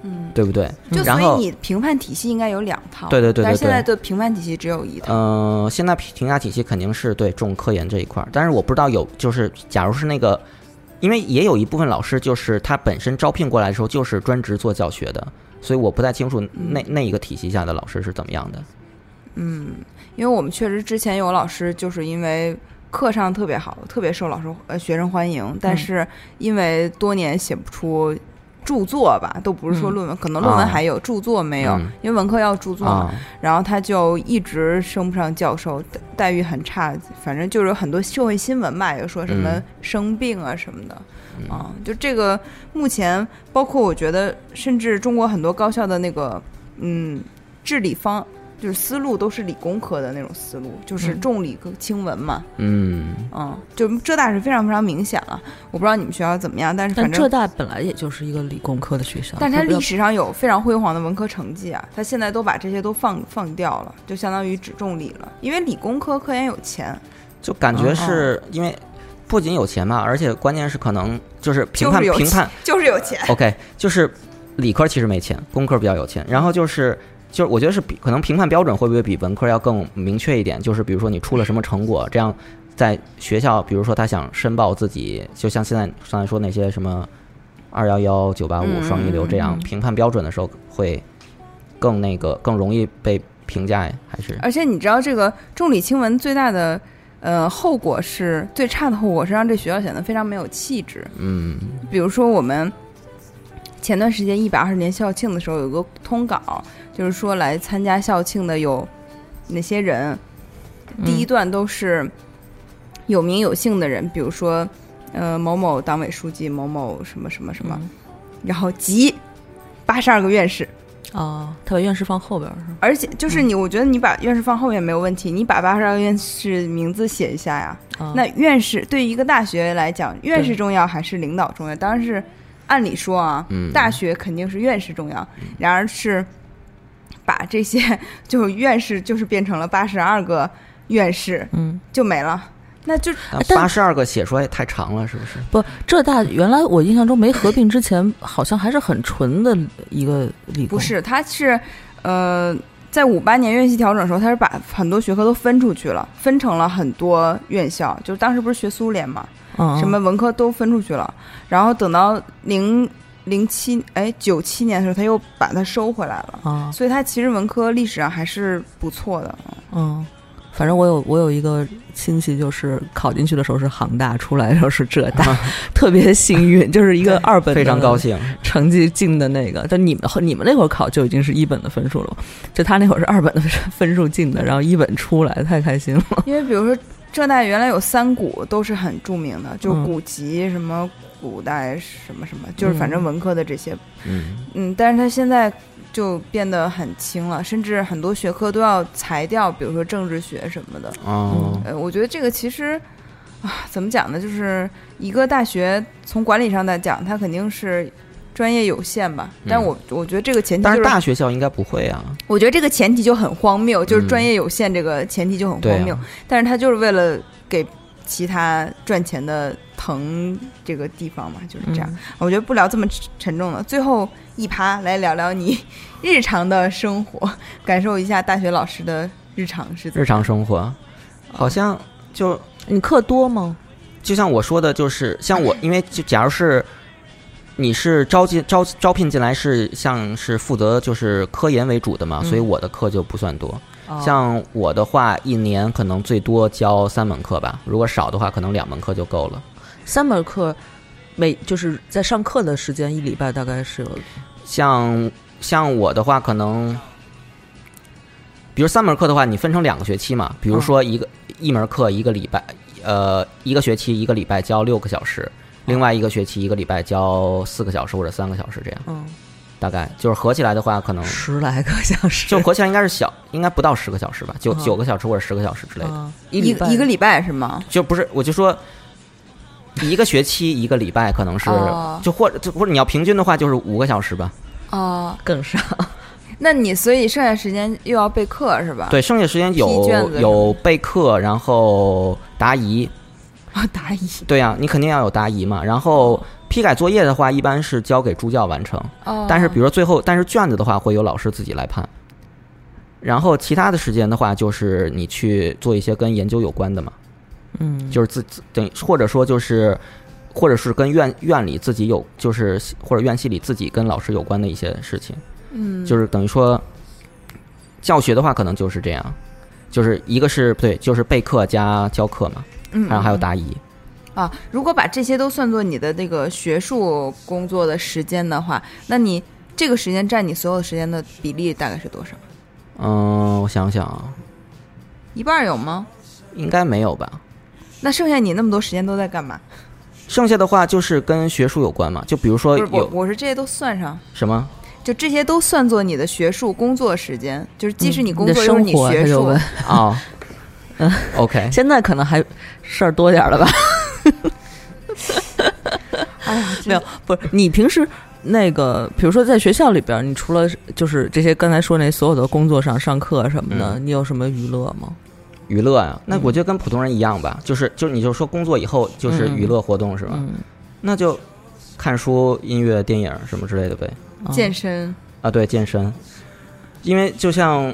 S3: 嗯，
S5: 对不对？
S3: 就
S5: 然
S3: 所
S5: 后
S3: 以你评判体系应该有两套，
S5: 对对对对
S3: 但是现
S5: 对
S3: 在的评判体系只有一套，
S5: 嗯、现在评价体系肯定是对重科研这一块儿，但是我不知道有就是，假如是那个，因为也有一部分老师就是他本身招聘过来的时候就是专职做教学的，所以我不太清楚那、那一个体系下的老师是怎么样的。
S3: 嗯，因为我们确实之前有老师就是因为课上特别好，特别受老师呃学生欢迎，但是因为多年写不出。著作吧，都不是说
S9: 嗯
S3: 论文，可能论文
S5: 啊
S3: 还有，著作没有，
S5: 嗯
S3: 因为文科要著作嘛。
S5: 啊，
S3: 然后他就一直升不上教授，待待遇很差，反正就是有很多社会新闻吧，有说什么
S5: 嗯
S3: 生病啊什么的，
S5: 嗯
S3: 啊，就这个目前包括我觉得，甚至中国很多高校的那个嗯治理方就是思路都是理工科的那种思路，就是
S9: 嗯
S3: 重理科轻文嘛，
S5: 嗯，
S3: 嗯，就浙大是非常非常明显了，我不知道你们学校怎么样，但是
S9: 但
S3: 反
S9: 浙
S3: 正。
S9: 大本来也就是一个理工科的学校，
S3: 但是它
S9: 它不要
S3: 历史上有非常辉煌的文科成绩啊，它现在都把这些都放放掉了，就相当于只重理了，因为理工科科研有钱，
S5: 就感觉
S3: 嗯
S5: 是因为不仅有钱嘛，而且关键是可能就是评
S3: 就
S5: 判
S3: 是有
S5: 评判
S3: 就是有钱，
S5: OK，就是理科其实没钱，工科比较有钱。然后就是就是我觉得是比可能评判标准会不会比文科要更明确一点？就是比如说你出了什么成果，这样在学校，比如说他想申报自己，就像现在刚才说那些什么二幺幺、九八五、
S3: 嗯
S5: 双一流这样评判标准的时候，会更那个更容易被评价呀？还是
S3: 而且你知道这个重理轻文最大的呃后果是最差的后果是让这学校显得非常没有气质。
S5: 嗯
S3: 比如说我们前段时间一百二十年校庆的时候有个通稿，就是说来参加校庆的有哪些人，第
S9: 嗯
S3: 一段都是有名有姓的人，比如说呃某某党委书记、某某什么什么什么，
S9: 嗯
S3: 然后集八十二个院士。
S9: 哦，他把院士放后边儿是吧？
S3: 而且就是你，我觉得你把院士放后面没有问题，你把八十二院士名字写一下呀。
S9: 啊
S3: 那院士对于一个大学来讲，院士
S9: 对
S3: 重要还是领导重要？当然是，按理说啊，
S5: 嗯，
S3: 大学肯定是院士重要。
S9: 嗯
S3: 然而是把这些 就是院士就是变成了八十二个院士
S9: 嗯，
S3: 就没了，那就
S9: 但
S5: 八十二个写出来也太长了，是不是？
S9: 不，浙大原来我印象中没合并之前，好像还是很纯的一个理工，
S3: 不是，他是呃，在五八年院系调整的时候，他是把很多学科都分出去了，分成了很多院校。就是当时不是学苏联嘛，
S9: 嗯、
S3: 什么文科都分出去了。然后等到零零七哎九七年的时候，他又把它收回来了。
S9: 啊
S3: 所以它其实文科历史上还是不错的，
S9: 嗯。反正我有我有一个亲戚，就是考进去的时候是杭大，出来的时候是浙 大，特别幸运，就是一个二本
S5: 非常
S3: 啊
S5: 高
S9: 兴。
S5: 兴，
S9: 成绩进的那个，就你们你们那会儿考就已经是一本的分数了，就他那会儿是二本的分数进的，然后一本出来，太开心了。
S3: 因为比如说浙大原来有三古都是很著名的，就
S9: 嗯
S3: 古籍什么古代什么什么，就是反正
S9: 嗯
S3: 文科的这些
S5: 嗯
S3: 嗯，但是它现在就变得很轻了，甚至很多学科都要裁掉，比如说政治学什么的。
S5: 哦，
S3: 呃，我觉得这个其实啊，怎么讲呢？就是一个大学从管理上来讲，它肯定是专业有限吧。但
S5: 嗯
S3: 我我觉得这个前提
S5: 但
S3: 就是是，
S5: 大学校应该不会啊，
S3: 我觉得这个前提就很荒谬，就是
S5: 嗯
S3: 专业有限这个前提就很
S5: 对
S3: 荒
S5: 啊
S3: 谬。但是它就是为了给其他赚钱的腾这个地方嘛，就是
S9: 嗯
S3: 这样。我觉得不聊这么沉重的，最后一趴来聊聊你日常的生活，感受一下大学老师的日常是怎么
S5: 日常生活，好像就
S9: 你课多吗？嗯
S5: 就像我说的，就是像我，因为就假如是你是招进招招聘进来是像是负责就是科研为主的嘛，
S9: 嗯
S5: 所以我的课就不算多。
S9: 哦
S5: 像我的话，一年可能最多教三门课吧，如果少的话，可能两门课就够了。
S9: 三门课，每就是在上课的时间一礼拜大概是有
S5: 像像我的话，可能，比如三门课的话，你分成两个学期嘛，比
S9: 嗯
S5: 如说一个、一门课一个礼拜，呃，一个学期一个礼拜教六个小时，另外一个学期一个礼拜教四个小时或者三个小时这样，
S9: 嗯
S5: 大概就是合起来的话，可能
S9: 十来个小时，
S5: 嗯就合起来应该是小，应该不到十个小时吧，九
S9: 嗯
S5: 九个小时或者十个小时之类的，
S9: 嗯一
S3: 一
S9: 礼拜
S3: 一个礼拜是吗？
S5: 就不是我就说。一个学期一个礼拜可能是
S3: 哦，
S5: 就或者就或者你要平均的话就是五个小时吧，
S3: 哦，
S9: 更上
S3: 那你所以剩下时间又要备课是吧？，
S5: 对，剩下时间
S3: 啊批卷
S5: 有
S3: 子什么
S5: 有备课，然后答疑。
S3: 啊，答疑
S5: 对呀、你肯定要有答疑嘛。然后批改作业的话，一般是交给助教完成。
S3: 哦，
S5: 但是比如说最后，但是卷子的话会由老师自己来判。然后其他的时间的话，就是你去做一些跟研究有关的嘛，
S9: 嗯
S5: 就是自自等于或者说就是，或者是跟院院里自己有就是或者院系里自己跟老师有关的一些事情。
S3: 嗯，
S5: 就是等于说，教学的话可能就是这样，就是一个是对，就是备课加教课嘛，
S3: 嗯
S5: 然后还有答疑。
S3: 啊，如果把这些都算作你的那个学术工作的时间的话，那你这个时间占你所有时间的比例大概是多少？
S5: 嗯，我想想啊，
S3: 一半儿有吗？
S5: 应该没有吧？
S3: 那剩下你那么多时间都在干嘛？
S5: 剩下的话就是跟学术有关嘛，就比如
S3: 不
S5: 说
S3: 是我，
S5: 呃有
S3: 我是这些都算上，
S5: 什么，
S3: 就这些都算作你的学术工作时间，就是既是你工
S9: 嗯的
S3: 作又是
S9: 生
S3: 你
S9: 活
S3: 学
S9: 他就
S3: 术
S9: 问，
S5: 哦 ，OK，
S9: 现在可能还事儿多点儿了吧？
S3: 哎呀，
S9: 没有，不是你平时那个，比如说在学校里边儿，你除了就是这些刚才说那所有的工作上上课什么
S5: 嗯
S9: 的，你有什么娱乐吗？
S5: 娱乐呀、那
S9: 嗯
S5: 我觉得跟普通人一样吧，就是就是你就说工作以后就是
S9: 嗯嗯
S5: 娱乐活动是吧？
S9: 嗯，
S5: 那就看书、音乐、电影什么之类的呗。
S9: 啊
S3: 健身
S5: 啊，对，健身，因为就像，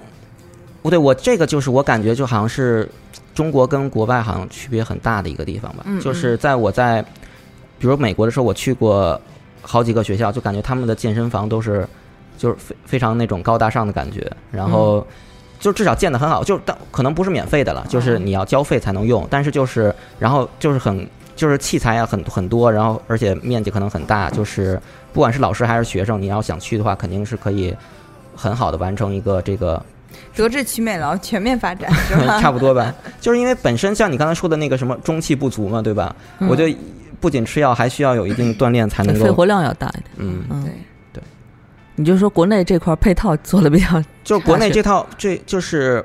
S5: 不对，我这个就是我感觉就好像是中国跟国外好像区别很大的一个地方吧，
S3: 嗯
S5: 就是在我在比如美国的时候，我去过好几个学校，就感觉他们的健身房都是就是非非常那种高大上的感觉，然后。就至少建的很好，就但可能不是免费的了，就是你要交费才能用，但是就是然后就是很就是器材啊很很多，然后而且面积可能很大，就是不管是老师还是学生，你要想去的话，肯定是可以很好的完成一个这个，
S3: 德智体美劳全面发 展是吧？
S5: 差不多吧。就是因为本身像你刚才说的那个什么中气不足嘛，对吧？
S9: 嗯
S5: 我就不仅吃药，还需要有一定锻炼才
S9: 对
S5: 能
S9: 肺
S5: 够，
S9: 活量要大一点。
S5: 嗯，
S9: 嗯，
S3: 对
S5: 对，
S9: 你就说国内这块儿配套做的比较
S5: 就是国内
S9: 大学
S5: 这套这就是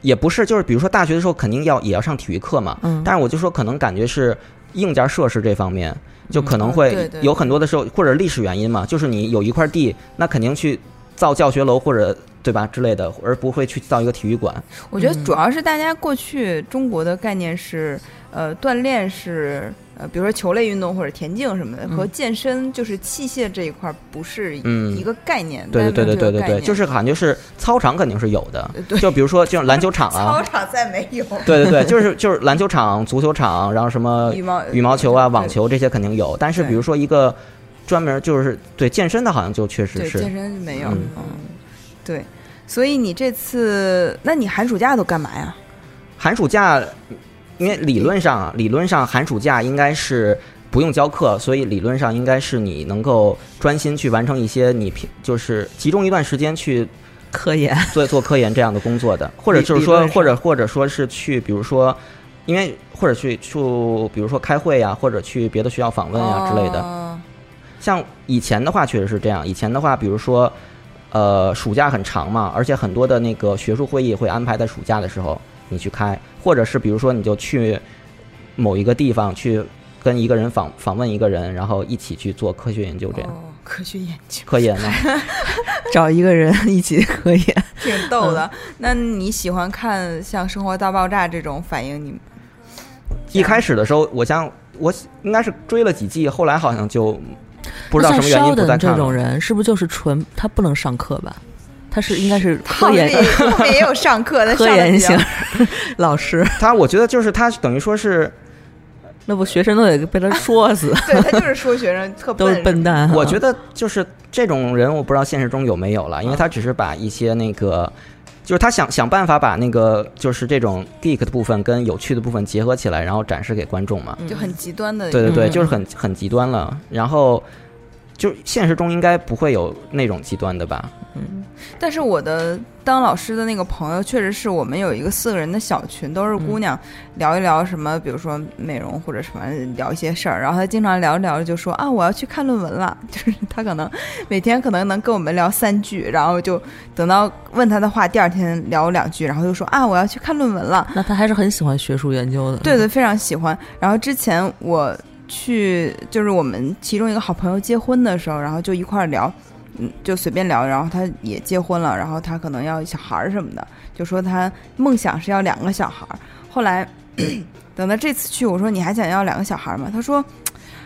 S5: 也不是，就是比如说大学的时候肯定要也要上体育课嘛，
S9: 嗯
S5: 但是我就说可能感觉是硬件设施这方面。就可能会
S3: 嗯对对
S5: 有很多的时候，或者历史原因嘛，就是你有一块地，那肯定去造教学楼或者对吧之类的，而不会去造一个体育馆。
S3: 我觉得主要是大家过去中国的概念是，呃，锻炼是呃，比如说球类运动或者田径什么的，
S9: 嗯
S3: 和健身就是器械这一块儿不是
S5: 嗯
S3: 一个概念。
S5: 对对对对对对对，就是是感觉是操场肯定是有 的
S3: 呃，对
S5: 就比如说就是篮球场
S3: 操
S5: 啊，
S3: 场再没有
S5: 对对对，就是就是篮球场、足球场，然后什 么
S3: 羽毛
S5: 羽毛球啊、
S3: 对
S5: 网球这些肯定有，但是
S3: 对
S5: 比如说一个专门就是对健身的，好像就确实
S3: 对健
S5: 是
S3: 身没有，
S5: 嗯
S3: 嗯，对。所以你这次，那你寒暑假都干嘛呀？
S5: 寒暑假，因为理论上啊理论上寒暑假应该是。不用教课，所以理论上应该是你能够专心去完成一些你平就是集中一段时间去
S9: 科研，
S5: 做做科研这样的工作的，或者就是
S9: 理
S5: 说，
S9: 论上
S5: 或者或者说是去，比如说，因为或者去去，比如说开会呀、或者去别的学校访问呀、之类的。
S3: 哦
S5: 像以前的话，确实是这样。以前的话，比如说，呃，暑假很长嘛，而且很多的那个学术会议会安排在暑假的时候你去开，或者是比如说你就去某一个地方去跟一个人访访问一个人，然后一起去做科学研究这样。
S3: 哦科学研究
S5: 科研啊呢？
S9: 找一个人一起科研。
S3: 挺逗的。
S5: 嗯
S3: 那你喜欢看像《生活大爆炸》这种反映 你
S5: 一开始的时候，我想我应该是追了几季，后来好像就不知道什么原因不再看
S9: 像 Sheldon 这
S5: 了
S9: 种。人是不是就是纯他不能上课吧？他是应该是科研
S3: 他们也有上课，但
S9: 科
S3: 上得
S9: 研
S3: 比较
S9: 型老师，
S5: 他我觉得就是他等于说是
S9: 那不学生都得被他说 死，
S3: 对他就是说学生特
S9: 都是笨
S3: 蛋，
S9: 蛋。啊
S5: 我觉得就是这种人，我不知道现实中有没有了，因为他只是把一些那个，就是他想想办法把那个就是这种 geek 的部分跟有趣的部分结合起来，然后展示给观众嘛。
S3: 就很极端的。
S5: 对对对，
S9: 嗯
S5: 就是很很极端了。然后就现实中应该不会有那种极端的吧？
S9: 嗯
S3: 但是我的当老师的那个朋友，确实是我们有一个四个人的小群，都是姑娘，聊一聊什么，比如说美容或者什么，聊一些事儿。然后她经常聊着聊着就说啊，我要去看论文了。 就是她可能每天可能能跟我们聊三句，然后就等到问她的话，第二天聊两句，然后就说啊，我要去看论文了。
S9: 那他还是很喜欢学术研究的。
S3: 对对，非常喜欢。然后之前我去，就是我们其中一个好朋友结婚的时候，然后就一块儿聊，嗯，就随便聊。然后他也结婚了，然后他可能要小孩儿什么的，就说他梦想是要两个小孩儿。后来等到这次去，我说你还想要两个小孩儿吗？他说。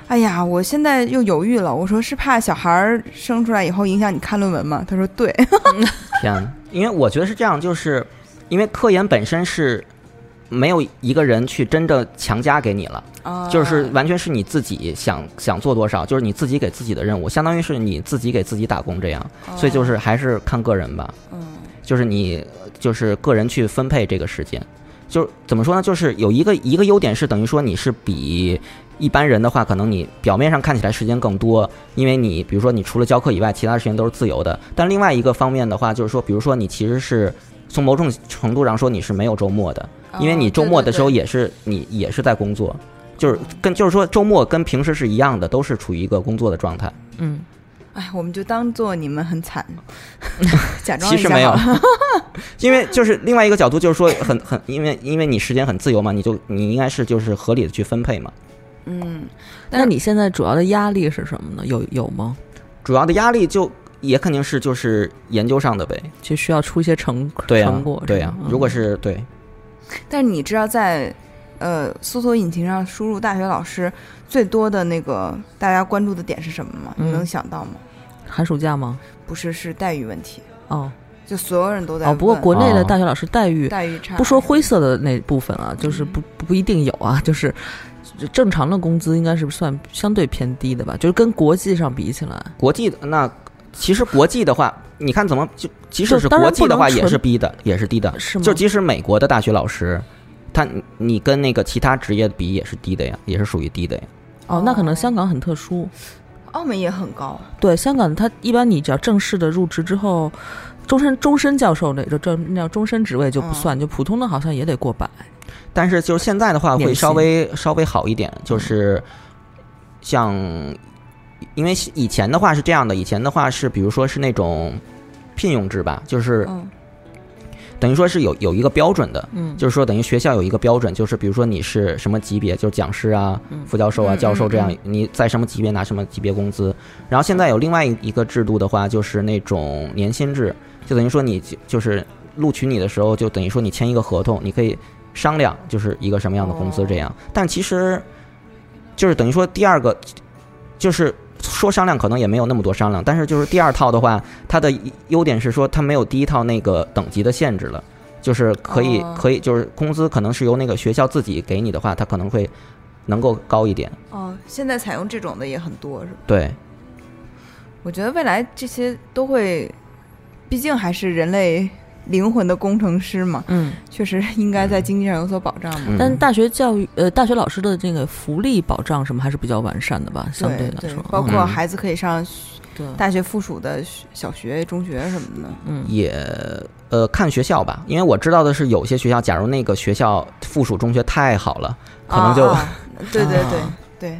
S3: 哎呀，我现在又犹豫了。我说是怕小孩儿生出来以后影响你看论文吗？他说对，
S5: 天啊，因为我觉得是这样，就是因为科研本身是没有一个人去真的强加给你了。
S3: 啊
S5: 就是完全是你自己想想做多少，就是你自己给自己的任务，相当于是你自己给自己打工这样，
S3: 哦
S5: 所以就是还是看个人吧，
S3: 嗯
S5: 就是你就是个人去分配这个时间，就是怎么说呢，就是有一个一个优点是等于说你是比。一般人的话，可能你表面上看起来时间更多，因为你比如说你除了教课以外，其他时间都是自由的。但另外一个方面的话，就是说，比如说你其实是从某种程度上说你是没有周末的，
S3: 哦
S5: 因为你周末的时候也是你也是在工作，就是跟就是说周末跟平时是一样的，都是处于一个工作的状态。
S9: 嗯，
S3: 哎，我们就当做你们很 惨，假装一
S5: 其实
S3: 下
S5: 没
S3: 好
S5: 有
S3: 了，
S5: 因为就是另外一个角度，就是说很很因为因为你时间很自由嘛，你就你应该是就是合理的去分配嘛。
S3: 嗯，但
S9: 那你现在主要的压力是什么呢？有有吗？
S5: 主要的压力就也肯定是就是研究上的呗，
S9: 就需要出一些成
S5: 对呀、
S9: 成果是吗。
S5: 对呀、
S9: 嗯
S5: 如果是对，
S3: 但是你知道在，呃搜索引擎上输入大学老师最多的那个大家关注的点是什么吗？
S9: 嗯
S3: 你能想到吗？
S9: 寒暑假吗？
S3: 不是，是待遇问题，
S9: 哦
S3: 就所有人都在
S9: 哦，不过
S3: 问
S9: 国内的
S5: 哦
S9: 大学老师待遇
S3: 待遇差，
S9: 不说灰色的那部分啊，就是不不一定有啊，就是正常的工资应该是算相对偏低的吧，就是跟国际上比起来，
S5: 国际的那其实国际的话，你看怎么就即使
S9: 就是当然
S5: 国际的话
S9: 不能
S5: 也是
S9: 纯
S5: 低的，也是低的。
S9: 是吗？
S5: 啊就即使美国的大学老师，他你你跟那个其他职业比也是低的呀，也是属于低的呀。
S9: 哦，那可能香港很特殊，
S3: 澳门也很高，
S9: 对，香港它一般你只要正式的入职之后。终身终身教授那就这那叫终身职位就
S3: 嗯
S9: 不算，就普通的好像也得过百。
S5: 但是就是现在的话，
S9: 年嗯
S5: 会
S9: 薪
S5: 稍微稍微好一点，就是像，因为以前的话是这样的，以前的话是比如说是那种聘用制吧，就是
S3: 嗯
S5: 等于说是有有一个标准的，
S9: 嗯，
S5: 就是说等于学校有一个标准，就是比如说你是什么级别，就是讲师啊、
S9: 嗯
S5: 副教授啊、
S3: 嗯
S5: 教授这样
S3: 嗯，
S5: 你在什么级别拿什么级别工资。然后现在有另外一一个制度的话，就是那种年薪制，就等于说你就是录取你的时候，就等于说你签一个合同，你可以商量就是一个什么样的工资这样。但其实就是等于说第二个就是。说商量可能也没有那么多商量，但是就是第二套的话，它的优点是说它没有第一套那个等级的限制了，就是可以、
S3: 哦
S5: 可以就是工资可能是由那个学校自己给你的话，它可能会能够高一点。
S3: 哦，现在采用这种的也很多，是吧？
S5: 对，
S3: 我觉得未来这些都会，毕竟还是人类灵魂的工程师嘛，
S9: 嗯，
S3: 确实应该在经济上有所保障嘛。
S5: 嗯
S9: 但大学教育呃，大学老师的这个福利保障什么还是比较完善的吧，相
S3: 对
S9: 来说，嗯
S3: 包括
S5: 嗯
S3: 孩子可以上
S9: 对
S3: 大学附属的学小学、中学什么的。
S9: 嗯
S5: 也呃看学校吧，因为我知道的是有些学校，假如那个学校附属中学太好了，可能就、
S3: 啊啊对对对
S9: 啊
S3: 对，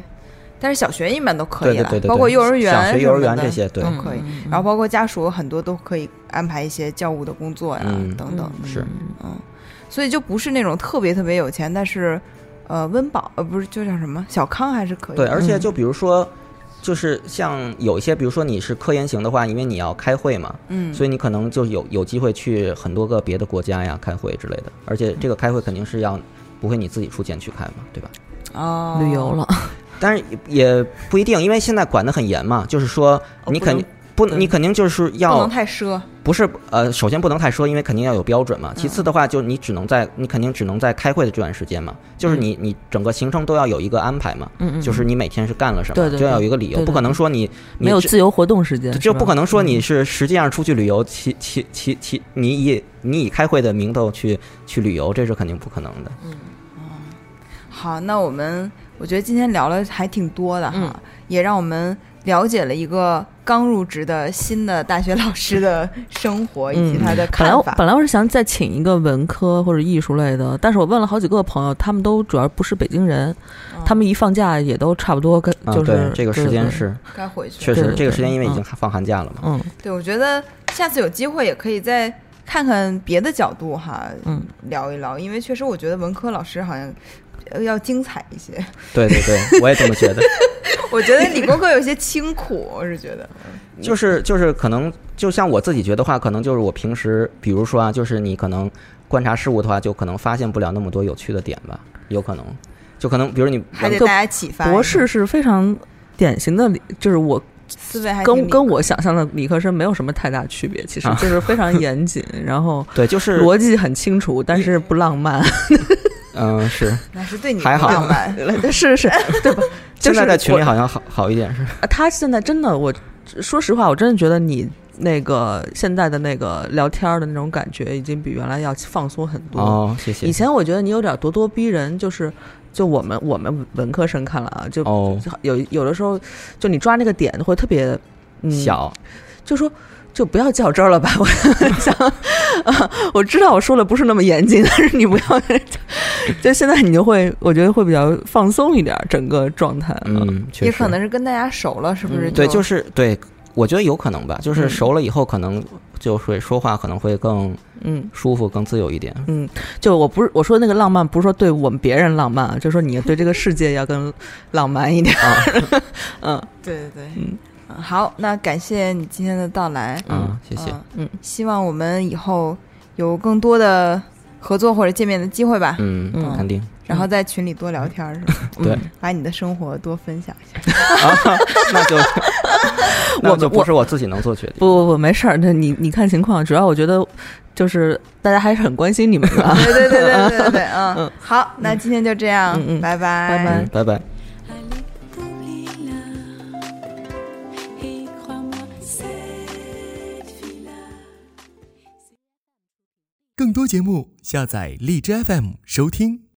S3: 但是小学一般都可
S5: 对
S3: 以
S5: 对
S3: 了，
S5: 对对对，
S3: 包括幼儿园、
S5: 小学、幼儿园这，些，对，
S3: 都可
S9: 嗯
S3: 以。然后包括家属很多都可以安排一些教务的工作呀、
S5: 嗯
S3: 等等，
S5: 是
S3: 嗯，所以就不是那种特别特别有钱，但是呃温饱呃不是就叫什么小康还是可以
S5: 对，
S3: 的，
S5: 而且就比如说。就是像有一些，比如说你是科研型的话，因为你要开会嘛，
S3: 嗯，
S5: 所以你可能就有有机会去很多个别的国家呀开会之类的，而且这个开会肯定是要不会你自己出钱去开嘛，对吧？
S3: 哦
S9: 旅游了，
S5: 但是也不一定，因为现在管得很严嘛，就是说
S9: 哦
S5: 你
S9: 不
S5: 肯
S9: 能
S5: 定不，
S9: 对
S5: 你肯定就是
S3: 不能
S5: 要
S3: 太奢，
S5: 不不是呃，首先不能太说，因为肯定要有标准嘛。其次的话，就你只能在你肯定只能在开会的这段时间嘛，就是你你整个行程都要有一个安排嘛，
S9: 嗯嗯，
S5: 就是你每天是干了什么，
S9: 对对对
S5: 就要有一个理由，
S9: 对对
S5: 不可能说你你
S9: 没有
S5: 这
S9: 自由活动时间，
S5: 就是
S9: 吧嗯
S5: 不可能说你是实际上出去旅游，其其其其你以你以开会的名头去去旅游，这是肯定不可能的。
S3: 好，那我们我觉得今天聊了还挺多的哈，
S9: 嗯
S3: 也让我们了解了一个刚入职的新的大学老师的生活以及
S9: 嗯
S3: 他的
S9: 本来
S3: 看
S9: 我
S3: 法。
S9: 本来我是想再请一个文科或者艺术类的，但是我问了好几个朋友，他们都主要不是北京人，
S3: 嗯
S9: 他们一放假也都差不多跟
S5: 啊，
S9: 就是、
S5: 对，这个时间
S9: 对
S5: 是
S3: 该回去
S5: 确
S3: 了。
S9: 对
S5: 实
S9: 对，
S5: 这个
S9: 对
S5: 时间因为已
S9: 嗯
S5: 经放寒假了嘛。
S9: 嗯
S3: 对，我觉得下次有机会也可以再看看别的角度哈，
S9: 嗯
S3: 聊一聊，因为确实我觉得文科老师好像。呃要精彩一 些，
S5: 对对对，我也这么觉得。
S3: 我觉得理工科有些清苦，我是觉 得，
S5: 就是就是可能就像我自己觉得话，可能就是我平时，比如说啊，就是你可能观察事物的话，就可能发现不了那么多有趣的点吧，有可能，就可能比如你
S3: 还得
S9: 科
S3: 大家启发一下。
S9: 博士是非常典型的理，就是我
S3: 思维还挺
S9: 跟
S3: 理
S9: 跟我想象的理科生没有什么太大区别，其实
S5: 啊
S9: 就是非常严谨，然后
S5: 对， 就是
S9: 逻辑很清楚，但是不 浪漫，
S5: 嗯、是
S3: 那是对你
S5: 还好
S3: 浪 漫，
S9: 是是， 对吧？
S5: 现
S9: 就是
S5: 在在群里
S9: 我
S5: 好像好好一点是吧，
S9: 啊他现在真的，我说实话，我真的觉得你那个现在的那个聊天儿的那种感觉，已经比原来要放松很多。
S5: 哦，谢谢。
S9: 以前我觉得你有点咄咄逼人，就是就我们我们文科生看了啊，就
S5: 哦
S9: 有有的时候就你抓那个点会特别嗯，
S5: 小，
S9: 就说。就不要较真儿了吧，我想，啊，我知道我说的不是那么严谨，但是你不要， 就现在你就会，我觉得会比较放松一点儿，整个状态。啊
S5: 嗯，确实
S3: 也可能是跟大家熟了，是不是？
S9: 嗯
S5: 对，就是是对，我觉得有可能吧，就是
S9: 嗯
S5: 熟了以后可能就会说话可能会更
S9: 嗯，
S5: 舒服、更自由一点。
S9: 嗯，就我不是我说那个浪漫，不是说对我们别人浪漫，啊，就是说你对这个世界要更浪漫一点。嗯，
S3: 对对对，
S9: 嗯
S3: 嗯，好，那感谢你今天的到来，呃
S5: 嗯，谢谢。
S9: 嗯
S3: 希望我们以后有更多的合作或者见面的机会吧，
S5: 嗯，
S9: 嗯
S5: 肯定。
S3: 然后在群里多聊天儿，是吧？嗯
S5: 对，
S3: 把你的生活多分享 一下。
S5: 啊，那就 那
S9: 我
S5: 就
S9: 们
S5: 不
S9: 我
S5: 是我自己能做决定。
S9: 不不不，没事儿，那你你看情况，主要我觉得就是大家还是很关心你们的啊。
S3: 对对对对对对对，嗯
S9: 嗯，
S3: 好，那今天就这样，
S9: 嗯嗯
S3: 拜拜
S9: 拜拜
S5: 嗯，拜拜。
S8: Allez, oublie-la. Et crois-moi, cette fille-là.
S10: 更多节目，下载荔枝 FM 收听。